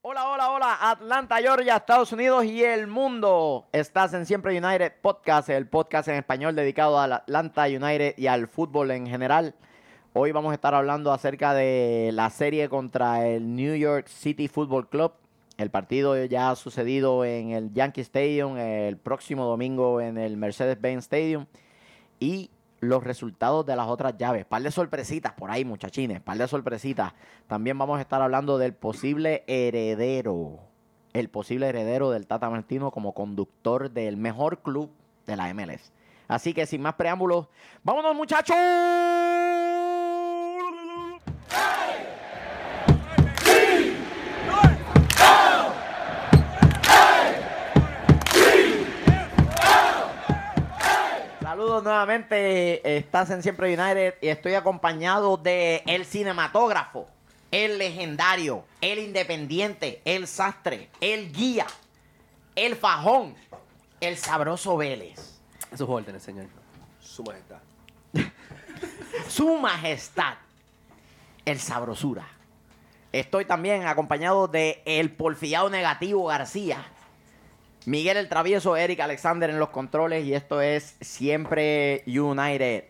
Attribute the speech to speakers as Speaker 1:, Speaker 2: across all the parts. Speaker 1: Hola, hola, hola, Atlanta, Georgia, Estados Unidos y el mundo. Estás en Siempre United Podcast, el podcast en español dedicado al Atlanta United y al fútbol en general. Hoy vamos a estar hablando acerca de la serie contra el New York City Football Club. El partido ya ha sucedido en el Yankee Stadium, el próximo domingo en el Mercedes-Benz Stadium. Y los resultados de las otras llaves. Par de sorpresitas por ahí, muchachines. Par de sorpresitas. También vamos a estar hablando del posible heredero. El posible heredero del Tata Martino como conductor del mejor club de la MLS. Así que sin más preámbulos, vámonos muchachos. Saludos nuevamente, estás en Siempre United y estoy acompañado de el cinematógrafo, el legendario, el independiente, el sastre, el guía, el fajón, el sabroso Vélez,
Speaker 2: A sus órdenes, señor.
Speaker 3: Su majestad.
Speaker 1: su majestad, el sabrosura. Estoy también acompañado de el porfiado negativo García, Miguel el travieso, Eric Alexander en los controles y esto es Siempre United.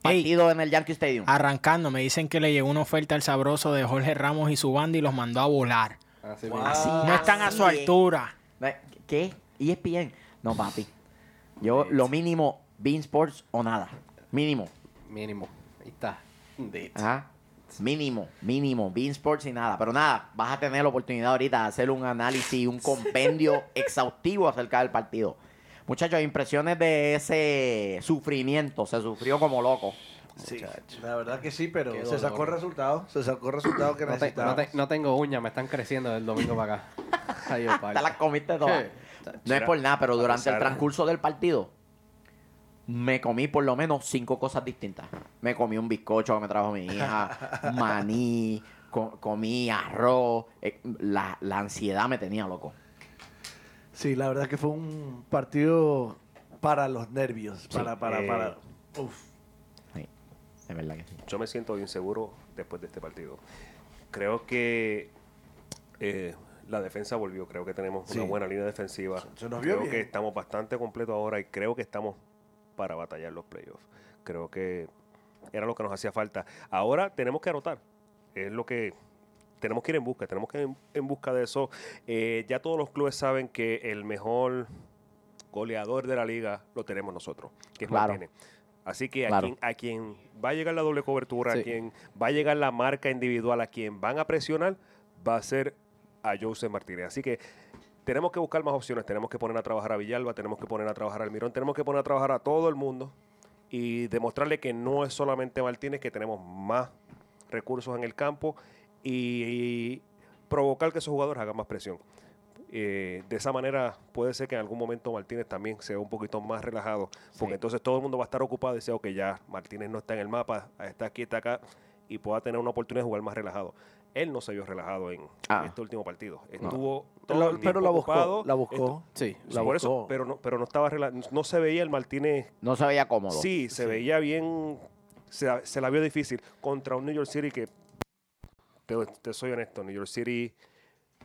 Speaker 1: Partido en el Yankee Stadium.
Speaker 4: Ah, Arrancando, me dicen que le llegó una oferta al sabroso de Jorge Ramos y su banda y los mandó a volar.
Speaker 3: Así
Speaker 1: Wow.
Speaker 3: mismo.
Speaker 1: Así.
Speaker 4: No están a
Speaker 1: Así
Speaker 4: su
Speaker 1: es.
Speaker 4: altura.
Speaker 1: Ve, ¿Qué? E ESPN. No, papi. Yo lo mínimo, Bean Sports o nada. Mínimo.
Speaker 2: Mínimo. Ahí está.
Speaker 3: Indeed.
Speaker 1: Ajá. Mínimo, mínimo, Bean Sports y nada. Pero nada, vas a tener la oportunidad ahorita de hacer un análisis, un compendio exhaustivo acerca del partido. Muchachos, impresiones de ese sufrimiento. Se sufrió como loco.
Speaker 3: Sí,
Speaker 2: Muchacho.
Speaker 3: la verdad que sí, pero
Speaker 2: Qué
Speaker 3: se sacó el
Speaker 2: dolor.
Speaker 3: resultado. Se sacó el resultado que
Speaker 2: No, te- no
Speaker 3: necesitaba.
Speaker 2: te- no tengo uñas, me están creciendo del domingo para acá. Ay, Dios,
Speaker 1: Te las
Speaker 2: padre.
Speaker 1: comiste todas.
Speaker 2: Sí.
Speaker 1: No es por nada, pero
Speaker 3: A
Speaker 1: durante el
Speaker 3: pesar de-
Speaker 1: transcurso del partido me comí por lo menos cinco cosas distintas. Me comí un bizcocho que me trajo mi hija, maní, co- comí arroz. eh, la, la ansiedad me tenía loco.
Speaker 3: Sí, la verdad que fue un partido para los nervios.
Speaker 1: Sí.
Speaker 3: Para, para,
Speaker 5: Eh.
Speaker 3: para. Uf.
Speaker 1: Sí, de verdad que sí.
Speaker 5: Yo me siento inseguro después de este partido. Creo que eh, la defensa volvió. Creo que tenemos
Speaker 3: Sí.
Speaker 5: una buena línea defensiva.
Speaker 3: se nos vio
Speaker 5: creo
Speaker 3: bien.
Speaker 5: que estamos bastante completos ahora y creo que estamos para batallar los playoffs. Creo que era lo que nos hacía falta. Ahora tenemos que anotar. Es lo que tenemos que ir en busca. Tenemos que ir en, en busca de eso. Eh, ya todos los clubes saben que el mejor goleador de la liga lo tenemos nosotros, que es
Speaker 1: Claro.
Speaker 5: Martínez. Así que a,
Speaker 1: Claro.
Speaker 5: quien, a quien va a llegar la doble cobertura,
Speaker 2: Sí.
Speaker 5: a quien va a llegar la marca individual, a quien van a presionar, va a ser a Jose Martínez. Así que tenemos que buscar más opciones. Tenemos que poner a trabajar a Villalba, tenemos que poner a trabajar al Mirón, tenemos que poner a trabajar a todo el mundo y demostrarle que no es solamente Martínez, que tenemos más recursos en el campo y, provocar que esos jugadores hagan más presión. Eh, de esa manera puede ser que en algún momento Martínez también sea un poquito más relajado, porque
Speaker 1: Sí.
Speaker 5: entonces todo el mundo va a estar ocupado y dice, ok, ya Martínez no está en el mapa, está aquí, está acá, y pueda tener una oportunidad de jugar más relajado. Él no se vio relajado en, en
Speaker 1: Ah.
Speaker 5: este último partido. Estuvo todo
Speaker 3: La-
Speaker 5: el
Speaker 3: pero
Speaker 5: tiempo
Speaker 3: la buscó.
Speaker 5: ocupado.
Speaker 3: La buscó.
Speaker 2: Sí.
Speaker 5: Estu-
Speaker 3: la
Speaker 5: por eso,
Speaker 3: buscó.
Speaker 5: pero no, pero no estaba rela- no se veía el Martínez
Speaker 1: No se veía cómodo.
Speaker 5: Sí, se veía bien, se, se la vio difícil contra un New York City que, te, te soy honesto, New York City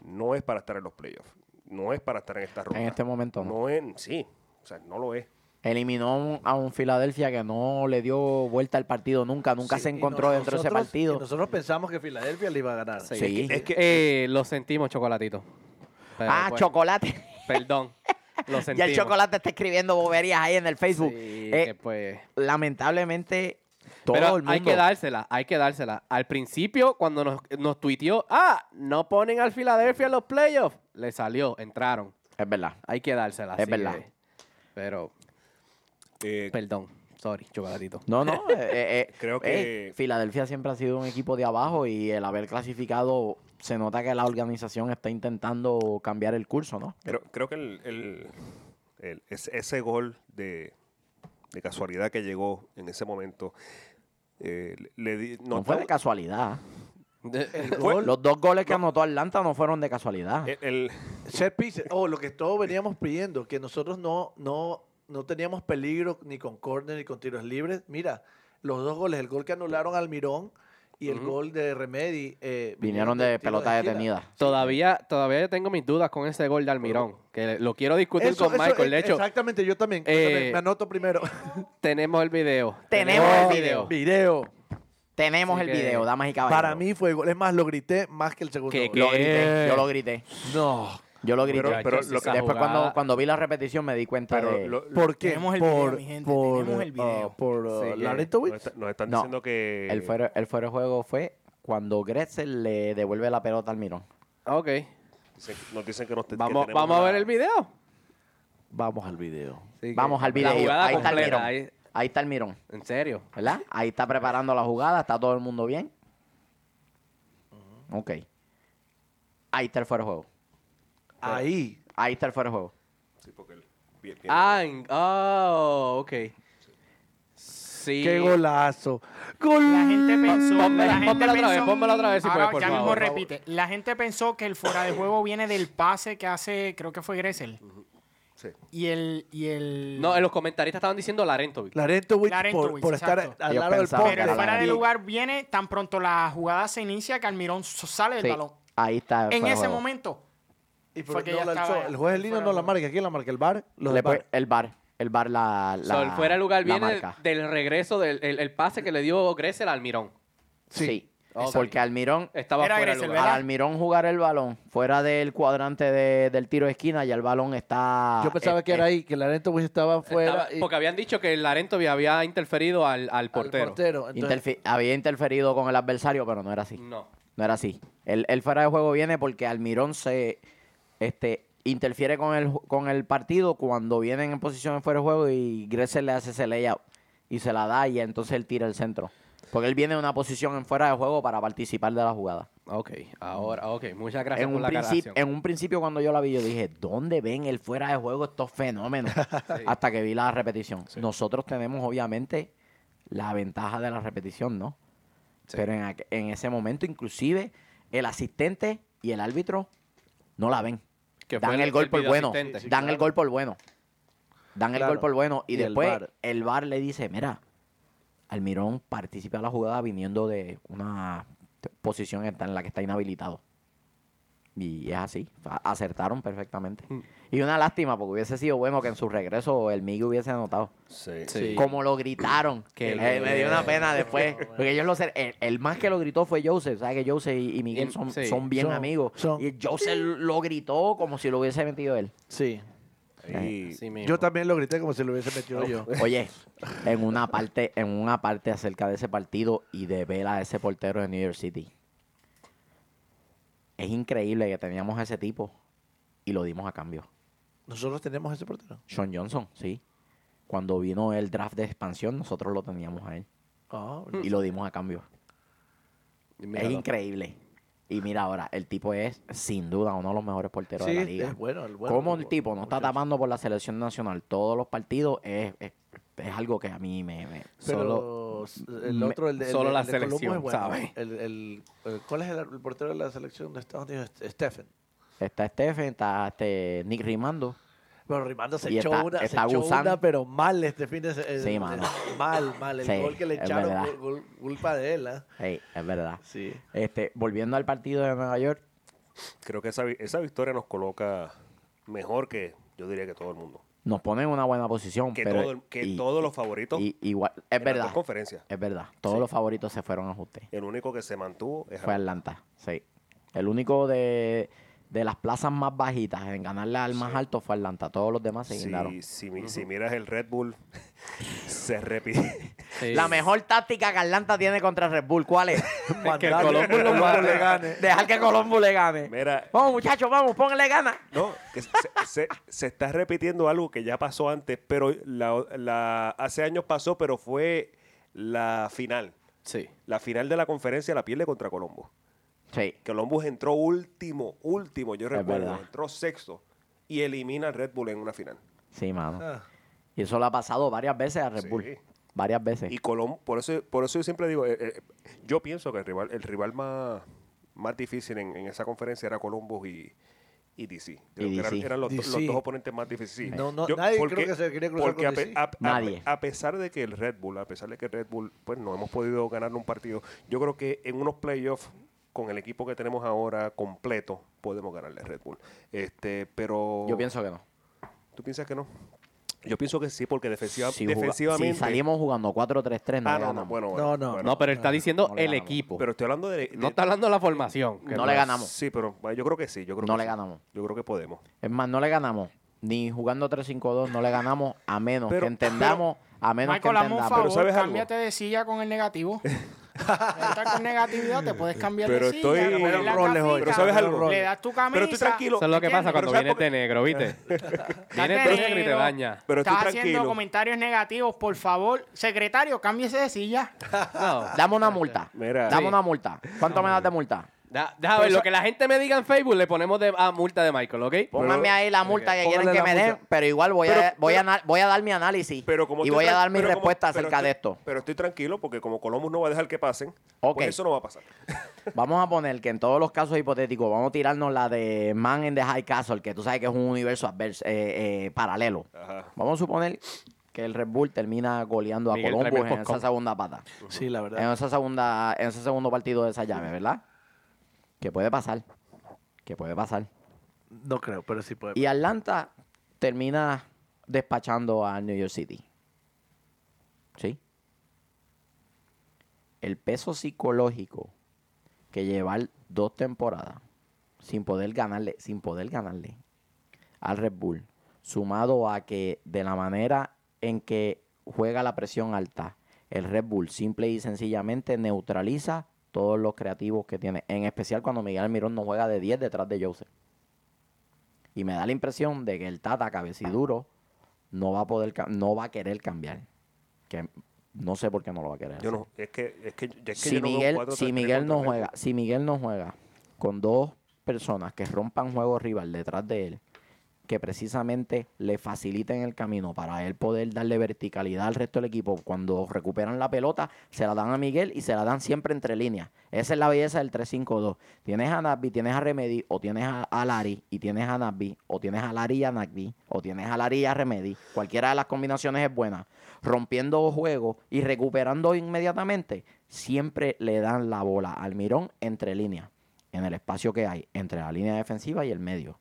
Speaker 5: no es para estar en los playoffs, no es para estar en esta ronda.
Speaker 1: En este momento no.
Speaker 5: No es, sí, o sea, no lo es.
Speaker 1: Eliminó un- a un Filadelfia que no le dio vuelta al partido nunca, nunca
Speaker 3: Sí,
Speaker 1: se
Speaker 3: y
Speaker 1: encontró
Speaker 3: no-
Speaker 1: dentro de ese
Speaker 3: nosotros- y
Speaker 1: partido.
Speaker 3: Nosotros pensamos que Filadelfia le iba a ganar.
Speaker 2: Sí.
Speaker 1: Sí.
Speaker 5: Es que
Speaker 2: Eh, lo sentimos, chocolatito. Pero,
Speaker 1: Ah,
Speaker 2: pues,
Speaker 1: chocolate.
Speaker 2: Perdón. Lo sentimos.
Speaker 1: Ya el chocolate está escribiendo boberías ahí en el
Speaker 2: Sí,
Speaker 1: Facebook. Eh,
Speaker 2: que, pues...
Speaker 1: lamentablemente todo
Speaker 2: Pero
Speaker 1: el mundo.
Speaker 2: hay que dársela, hay que dársela. Al principio, cuando nos, nos tuiteó, ah, no ponen al Filadelfia en los playoffs, le salió, entraron.
Speaker 1: Es verdad.
Speaker 2: Hay que dársela.
Speaker 1: Es
Speaker 2: así
Speaker 1: verdad.
Speaker 2: que- pero,
Speaker 5: eh,
Speaker 2: perdón, sorry, chocolatito.
Speaker 1: No, no. eh, eh, eh,
Speaker 5: Creo
Speaker 1: eh,
Speaker 5: que-
Speaker 1: Filadelfia siempre ha sido un equipo de abajo y el haber clasificado se nota que la organización está intentando cambiar el curso, ¿no?
Speaker 5: creo, creo que el, el- el- ese, ese gol de, de casualidad que llegó en ese momento, eh, le- le di-
Speaker 1: No,
Speaker 5: nos
Speaker 1: fue
Speaker 5: da-
Speaker 1: de casualidad.
Speaker 3: El
Speaker 5: Fue-
Speaker 3: gol,
Speaker 1: Los dos goles que anotó Atlanta no fueron de casualidad.
Speaker 5: el- el-
Speaker 3: set piece, oh, lo que todos veníamos pidiendo, que nosotros no, no, no teníamos peligro ni con córner ni con tiros libres. Mira, los dos goles, el gol que anularon al Mirón y el
Speaker 2: Ujú.
Speaker 3: gol de Remedy. eh,
Speaker 1: Vinieron de
Speaker 3: tiro
Speaker 1: pelota
Speaker 3: esquina.
Speaker 1: detenida.
Speaker 2: Todavía, todavía tengo mis dudas con ese gol de Almirón, que lo quiero discutir
Speaker 3: Eso-
Speaker 2: con
Speaker 3: eso,
Speaker 2: Michael.
Speaker 3: eh,
Speaker 2: de hecho,
Speaker 3: Exactamente, yo también.
Speaker 2: eh,
Speaker 3: Déjame, me anoto primero.
Speaker 2: tenemos el video.
Speaker 1: Tenemos el video.
Speaker 3: Video.
Speaker 1: Tenemos
Speaker 2: Así
Speaker 1: el
Speaker 2: que,
Speaker 1: video, damas y caballeros.
Speaker 3: Para mí fue gol. Es más, lo grité más que el segundo.
Speaker 2: Ah, Que-
Speaker 3: gol.
Speaker 1: Lo grité,
Speaker 2: ¿Qué?
Speaker 1: yo lo grité.
Speaker 3: No.
Speaker 1: Yo lo grité.
Speaker 5: Pero, pero
Speaker 2: Muchachos,
Speaker 5: lo que-
Speaker 2: esa
Speaker 1: Después cuando,
Speaker 2: jugada-
Speaker 1: cuando vi la repetición me di cuenta
Speaker 5: pero
Speaker 1: de...
Speaker 5: lo- lo-
Speaker 3: ¿Por qué?
Speaker 4: Tenemos el
Speaker 3: por,
Speaker 4: video, mi gente,
Speaker 3: por,
Speaker 4: tenemos el
Speaker 3: uh,
Speaker 4: video.
Speaker 3: por uh,
Speaker 2: Sí, que-
Speaker 5: nos,
Speaker 3: Larentowicz.
Speaker 5: está- nos están
Speaker 1: No,
Speaker 5: diciendo que.
Speaker 1: El fuera, el fuera de juego fue cuando Gretzel le devuelve la pelota al mirón.
Speaker 2: Ok.
Speaker 5: dicen- nos dicen que nos que
Speaker 2: Vamos,
Speaker 5: tenemos
Speaker 2: vamos a
Speaker 5: una-
Speaker 2: ver el video.
Speaker 3: Vamos al video.
Speaker 1: Vamos al video.
Speaker 2: La jugada
Speaker 1: Ahí está el mirón.
Speaker 2: completa.
Speaker 1: Ahí.
Speaker 2: ahí-
Speaker 1: está el mirón,
Speaker 2: en serio.
Speaker 1: ¿verdad? Ahí está preparando la jugada, está todo el mundo bien. Ok. Ahí está el fuera de juego.
Speaker 3: Ahí.
Speaker 1: Ahí está el fuera de juego.
Speaker 5: Sí, porque el- bien, bien.
Speaker 2: Ah, en- oh, ok. Sí.
Speaker 3: ¡Qué golazo! ¡Gol!
Speaker 4: La gente pensó.
Speaker 2: Pónmela-
Speaker 4: la gente
Speaker 2: pónmela otra vez,
Speaker 4: pensó-
Speaker 2: pónmela otra vez si puedes,
Speaker 4: Ahora,
Speaker 2: por
Speaker 4: ya
Speaker 2: favor.
Speaker 4: mismo repite. La gente pensó que el fuera de juego viene del pase que hace, creo que fue Gressel.
Speaker 5: Sí.
Speaker 4: Y el. Y el
Speaker 2: No, los comentaristas estaban diciendo Larentovic.
Speaker 3: Larentowicz por,
Speaker 4: Larentowicz,
Speaker 3: por estar
Speaker 4: exacto.
Speaker 3: al
Speaker 1: Ellos
Speaker 3: lado del
Speaker 1: pensaban
Speaker 3: poste.
Speaker 1: que
Speaker 4: pero el
Speaker 1: era
Speaker 4: fuera de
Speaker 1: Larentovic.
Speaker 4: lugar viene tan pronto la jugada se inicia que Almirón s- sale del
Speaker 1: Sí,
Speaker 4: balón.
Speaker 1: Ahí
Speaker 2: Ah,
Speaker 1: está. el
Speaker 4: En
Speaker 1: fuera de
Speaker 4: ese
Speaker 1: juego.
Speaker 4: momento.
Speaker 3: Y
Speaker 4: Fue que
Speaker 3: porque no
Speaker 4: ya
Speaker 3: la
Speaker 4: estaba
Speaker 3: alzó. El juez del
Speaker 4: fuera
Speaker 3: Lino
Speaker 4: de
Speaker 3: no la
Speaker 4: juego.
Speaker 3: marca. ¿Quién la marca? ¿El bar? Los
Speaker 1: Le
Speaker 3: del VAR.
Speaker 1: pue- el bar. El bar la. la
Speaker 2: So, el fuera de lugar
Speaker 1: la
Speaker 2: viene
Speaker 1: marca.
Speaker 2: del regreso del el, el pase que le dio Gressel al Mirón.
Speaker 1: Sí.
Speaker 2: Ok. Eh,
Speaker 1: Porque Almirón.
Speaker 2: Estaba
Speaker 4: Era
Speaker 2: fuera de
Speaker 4: Gressel,
Speaker 2: lugar.
Speaker 1: Al
Speaker 4: ¿verdad?
Speaker 1: Almirón jugar el balón fuera del cuadrante de- del tiro de esquina, ya el balón está.
Speaker 3: Yo pensaba
Speaker 1: eh,
Speaker 3: que era ahí, que Larentowicz estaba afuera.
Speaker 2: Ah, Estaba-
Speaker 3: y-
Speaker 2: porque habían dicho que el Larentovic había interferido al, al
Speaker 3: al
Speaker 2: portero.
Speaker 3: Entonces,
Speaker 1: interfi- había interferido con el adversario, pero no era así.
Speaker 2: No.
Speaker 1: No era así. El, el fuera de juego viene porque Almirón se este, interfiere con el, ju- con el partido cuando vienen en posición de fuera de juego y Gressel le hace ese layout y se la da y entonces él tira el centro. Porque él viene de una posición en fuera de juego para participar de la jugada.
Speaker 2: Ok, ahora, ok. Muchas gracias
Speaker 1: En
Speaker 2: por
Speaker 1: un,
Speaker 2: la
Speaker 1: principio,
Speaker 2: aclaración.
Speaker 1: en un principio cuando yo la vi, yo dije, ¿dónde ven el fuera de juego estos fenómenos? Hasta que vi la repetición. Nosotros tenemos, obviamente, la ventaja de la repetición, ¿no?
Speaker 2: Sí.
Speaker 1: Pero en, aqu- en ese momento, inclusive, el asistente y el árbitro no la ven.
Speaker 2: Que fue
Speaker 1: Dan
Speaker 2: el-
Speaker 1: el gol
Speaker 2: el
Speaker 1: por bueno.
Speaker 2: videoasistente. Sí, sí,
Speaker 1: Dan el
Speaker 3: claro.
Speaker 1: gol por bueno. Dan el
Speaker 3: Claro.
Speaker 1: gol por bueno. Y,
Speaker 3: Y el
Speaker 1: después el
Speaker 3: VAR.
Speaker 1: bar. le dice, mira, Almirón participa de la jugada viniendo de una t- posición en ta- en la que está inhabilitado. Y es así. A- Acertaron perfectamente.
Speaker 3: Mm.
Speaker 1: Y una lástima, porque hubiese sido bueno que en su regreso el Miguel hubiese anotado.
Speaker 5: Sí.
Speaker 2: Sí.
Speaker 1: Como lo gritaron.
Speaker 2: Qué
Speaker 1: Eh, me dio una pena después. Porque ellos lo cer- el, el más que lo gritó fue Joseph. ¿Sabes que Joseph y, y Miguel
Speaker 2: Y-
Speaker 1: son,
Speaker 2: sí,
Speaker 1: son bien
Speaker 3: son-
Speaker 1: amigos?
Speaker 3: son.
Speaker 1: Y Joseph lo gritó como si lo hubiese metido él.
Speaker 3: sí.
Speaker 5: Ahí-
Speaker 2: Así mismo.
Speaker 3: Yo también lo grité como si lo hubiese metido yo.
Speaker 1: Oye, en una parte, en una parte acerca de ese partido y de ver a ese portero de New York City. Es increíble que teníamos a ese tipo y lo dimos a cambio.
Speaker 3: Nosotros tenemos ese portero.
Speaker 1: Sean Johnson, sí. Cuando vino el draft de expansión, nosotros lo teníamos a él
Speaker 3: Ah,
Speaker 1: y lo dimos a cambio. Es increíble. Y mira ahora, el tipo es sin duda uno de los mejores porteros
Speaker 3: sí,
Speaker 1: de la liga.
Speaker 3: es bueno, el bueno.
Speaker 1: Como el tipo no está
Speaker 3: muchacho.
Speaker 1: tapando por la selección nacional todos los partidos es, es- es algo que a mí me- me,
Speaker 3: Pero el
Speaker 1: me-
Speaker 3: otro, el de, el
Speaker 2: solo
Speaker 3: de-
Speaker 2: la
Speaker 3: el de Colombo
Speaker 2: selección,
Speaker 3: es bueno.
Speaker 2: ¿sabe?
Speaker 3: El- el- el- ¿Cuál es el, el portero de la selección de Estados Unidos? Este, Stephen.
Speaker 1: Está Stephen, está este Nick Rimando.
Speaker 3: Bueno, Rimando se
Speaker 1: Y
Speaker 3: echó
Speaker 1: está-
Speaker 3: una, se
Speaker 1: está
Speaker 3: echó
Speaker 1: Gusán.
Speaker 3: una, pero mal este fin de semana.
Speaker 1: Sí, mano.
Speaker 3: Mal, mal. El
Speaker 1: Sí,
Speaker 3: gol que le
Speaker 1: es
Speaker 3: echaron,
Speaker 1: verdad.
Speaker 3: gol- gol- culpa de él. ¿ah?
Speaker 1: Ey, es verdad.
Speaker 3: Sí.
Speaker 1: Este, volviendo al partido de Nueva York,
Speaker 5: Creo que esa, vi- esa victoria nos coloca mejor que yo diría que todo el mundo.
Speaker 1: nos ponen en una buena posición.
Speaker 5: Que,
Speaker 1: pero
Speaker 5: todo el- que
Speaker 1: y-
Speaker 5: todos los favoritos
Speaker 1: y- igual, es
Speaker 5: en las dos
Speaker 1: verdad.
Speaker 5: conferencias.
Speaker 1: Es verdad. Todos los favoritos se fueron a ajuste.
Speaker 5: El único que se mantuvo es
Speaker 1: Fue Atlanta, sí. El único de, de las plazas más bajitas en ganarle al más alto fue Atlanta. Todos los demás se
Speaker 5: si,
Speaker 1: guindaron.
Speaker 5: si mi- si miras el Red Bull, se repite.
Speaker 2: Sí.
Speaker 1: La mejor táctica que Atlanta tiene contra Red Bull, ¿cuál es?
Speaker 2: que el
Speaker 3: Mandarle-
Speaker 2: Colombo lo
Speaker 3: Colombo
Speaker 2: mate.
Speaker 3: le gane.
Speaker 1: Dejar que Colombo le gane.
Speaker 5: Mira,
Speaker 1: Vamos, muchachos, vamos, pónganle ganas.
Speaker 5: no, que se, se- se está repitiendo algo que ya pasó antes, pero la, la- hace años pasó, pero fue la final.
Speaker 2: Sí.
Speaker 5: La final de la conferencia la pierde contra Colombo.
Speaker 1: Sí.
Speaker 5: Columbus entró último, último, yo
Speaker 1: Es
Speaker 5: recuerdo,
Speaker 1: verdad.
Speaker 5: entró sexto y elimina al Red Bull en una final.
Speaker 1: Sí, mano.
Speaker 3: Ah,
Speaker 1: Y eso le ha pasado varias veces a Red
Speaker 5: Sí.
Speaker 1: Bull. Varias veces.
Speaker 5: Y Colombo, por eso, por eso yo siempre digo, eh, eh, yo pienso que el rival, el rival más, más difícil en, en esa conferencia era Columbus y, y DC. Creo
Speaker 1: Y
Speaker 5: que eran,
Speaker 1: DC.
Speaker 5: eran los, do- los
Speaker 3: DC.
Speaker 5: dos oponentes más difíciles. Sí.
Speaker 3: No, no, nadie creo que se quería cruzar
Speaker 5: porque
Speaker 3: con
Speaker 5: a pe-
Speaker 3: DC.
Speaker 5: a- a-
Speaker 1: Nadie.
Speaker 5: a pesar de que el Red Bull, a pesar de que el Red Bull, pues no hemos podido ganar un partido, yo creo que en unos playoffs con el equipo que tenemos ahora completo podemos ganarle al Red Bull. Este, pero
Speaker 1: Yo pienso que no.
Speaker 5: ¿Tú piensas que no? Yo pienso que sí, porque defensiva-
Speaker 1: Si, juga-
Speaker 5: defensivamente.
Speaker 1: si salimos jugando 4-3-3, no,
Speaker 5: Ah,
Speaker 1: le
Speaker 5: no, no,
Speaker 1: ganamos.
Speaker 5: bueno, bueno,
Speaker 3: No, no.
Speaker 5: bueno.
Speaker 2: No, pero él está diciendo
Speaker 1: no le
Speaker 2: el
Speaker 1: ganamos.
Speaker 2: equipo.
Speaker 5: Pero estoy hablando de. de-
Speaker 2: no está hablando de la formación. que
Speaker 1: No le
Speaker 2: es-
Speaker 1: ganamos.
Speaker 5: Sí, pero bueno, yo creo que sí. Yo creo
Speaker 1: No
Speaker 5: que
Speaker 1: le
Speaker 5: sí.
Speaker 1: ganamos.
Speaker 5: Yo creo que podemos.
Speaker 1: Es más, no le ganamos. Ni jugando 3-5-2 no le ganamos a menos
Speaker 5: Pero-
Speaker 1: que entendamos, a menos
Speaker 4: Michael,
Speaker 1: que
Speaker 4: hazme un
Speaker 1: entendamos.
Speaker 5: Pero
Speaker 4: favor,
Speaker 5: ¿sabes algo?
Speaker 4: cámbiate de silla con el negativo. Estás con negatividad, te puedes cambiar
Speaker 5: Pero
Speaker 4: de
Speaker 5: estoy-
Speaker 4: silla. le pones
Speaker 5: Pero
Speaker 4: la
Speaker 3: roles hoy,
Speaker 4: capita,
Speaker 5: pero ¿sabes algo?
Speaker 4: Le das tu camisa.
Speaker 5: Pero estoy tranquilo.
Speaker 2: Eso es lo que pasa
Speaker 4: ¿Entiendes?
Speaker 2: cuando
Speaker 5: Pero
Speaker 2: vienes de negro, ¿viste? vienes de negro y te
Speaker 4: negro.
Speaker 2: daña.
Speaker 5: Pero estoy
Speaker 4: Estás haciendo
Speaker 5: tranquilo.
Speaker 4: comentarios negativos, por favor. Secretario, cámbiese de silla.
Speaker 2: No.
Speaker 1: Dame una multa.
Speaker 5: Mira.
Speaker 1: Dame
Speaker 5: Sí.
Speaker 1: una multa. ¿Cuánto me das de multa?
Speaker 2: Da- deja ver, lo que la gente me diga en Facebook le ponemos de, a multa de Michael, ¿ok?
Speaker 1: Pónganme ahí la multa que quieren
Speaker 3: Póngale
Speaker 1: que
Speaker 3: la
Speaker 1: me den,
Speaker 3: multa.
Speaker 1: pero igual voy, a,
Speaker 5: Pero-
Speaker 1: voy, a, na- voy a dar mi análisis
Speaker 5: Pero como
Speaker 1: y
Speaker 5: estoy
Speaker 1: voy a
Speaker 5: tran-
Speaker 1: dar mi
Speaker 5: pero como-
Speaker 1: respuesta
Speaker 5: pero
Speaker 1: acerca
Speaker 5: estoy-
Speaker 1: de esto.
Speaker 5: Pero estoy tranquilo porque como Columbus no va a dejar que pasen,
Speaker 1: Ok.
Speaker 5: pues eso no va a pasar.
Speaker 1: Vamos a poner que en todos los casos hipotéticos vamos a tirarnos la de Man in the High Castle, que tú sabes que es un universo adverso, eh, eh, paralelo.
Speaker 5: Ajá.
Speaker 1: Vamos a suponer que el Red Bull termina goleando a
Speaker 2: Miguel,
Speaker 1: Columbus
Speaker 2: tráeme el
Speaker 1: en esa
Speaker 2: popcorn.
Speaker 1: segunda pata.
Speaker 3: Sí, la verdad.
Speaker 1: En, esa segunda, en ese segundo partido de esa llave, ¿verdad? Que puede pasar. Que puede pasar.
Speaker 3: No creo, pero sí puede.
Speaker 1: Y Atlanta termina despachando a New York City. ¿Sí? El peso psicológico que llevar dos temporadas sin poder ganarle, sin poder ganarle al Red Bull, sumado a que de la manera en que juega la presión alta, el Red Bull simple y sencillamente neutraliza todos los creativos que tiene, en especial cuando Miguel Almirón no juega de 10 detrás de Joseph. Y me da la impresión de que el Tata cabeciduro no va a poder ca- no va a querer cambiar. Que no sé por qué no lo va a querer.
Speaker 5: Yo
Speaker 1: hacer.
Speaker 5: no, es que, es que, es que
Speaker 1: si
Speaker 5: yo no veo
Speaker 1: Miguel,
Speaker 5: cuatro,
Speaker 1: si
Speaker 5: tres, tres
Speaker 1: Miguel
Speaker 5: contra
Speaker 1: no
Speaker 5: tres.
Speaker 1: juega, si Miguel no juega con dos personas que rompan juego rival detrás de él, que precisamente le faciliten el camino para él poder darle verticalidad al resto del equipo. Cuando recuperan la pelota, se la dan a Miguel y se la dan siempre entre líneas. Esa es la belleza del 3-5-2. Tienes a Nasby, tienes a Remedy, o tienes a, a Lari, y tienes a Nasby, o tienes a Lari y a Nasby, o tienes a Lari y a Remedy. Cualquiera de las combinaciones es buena. Rompiendo juego y recuperando inmediatamente, siempre le dan la bola al mirón entre líneas, en el espacio que hay entre la línea defensiva y el medio.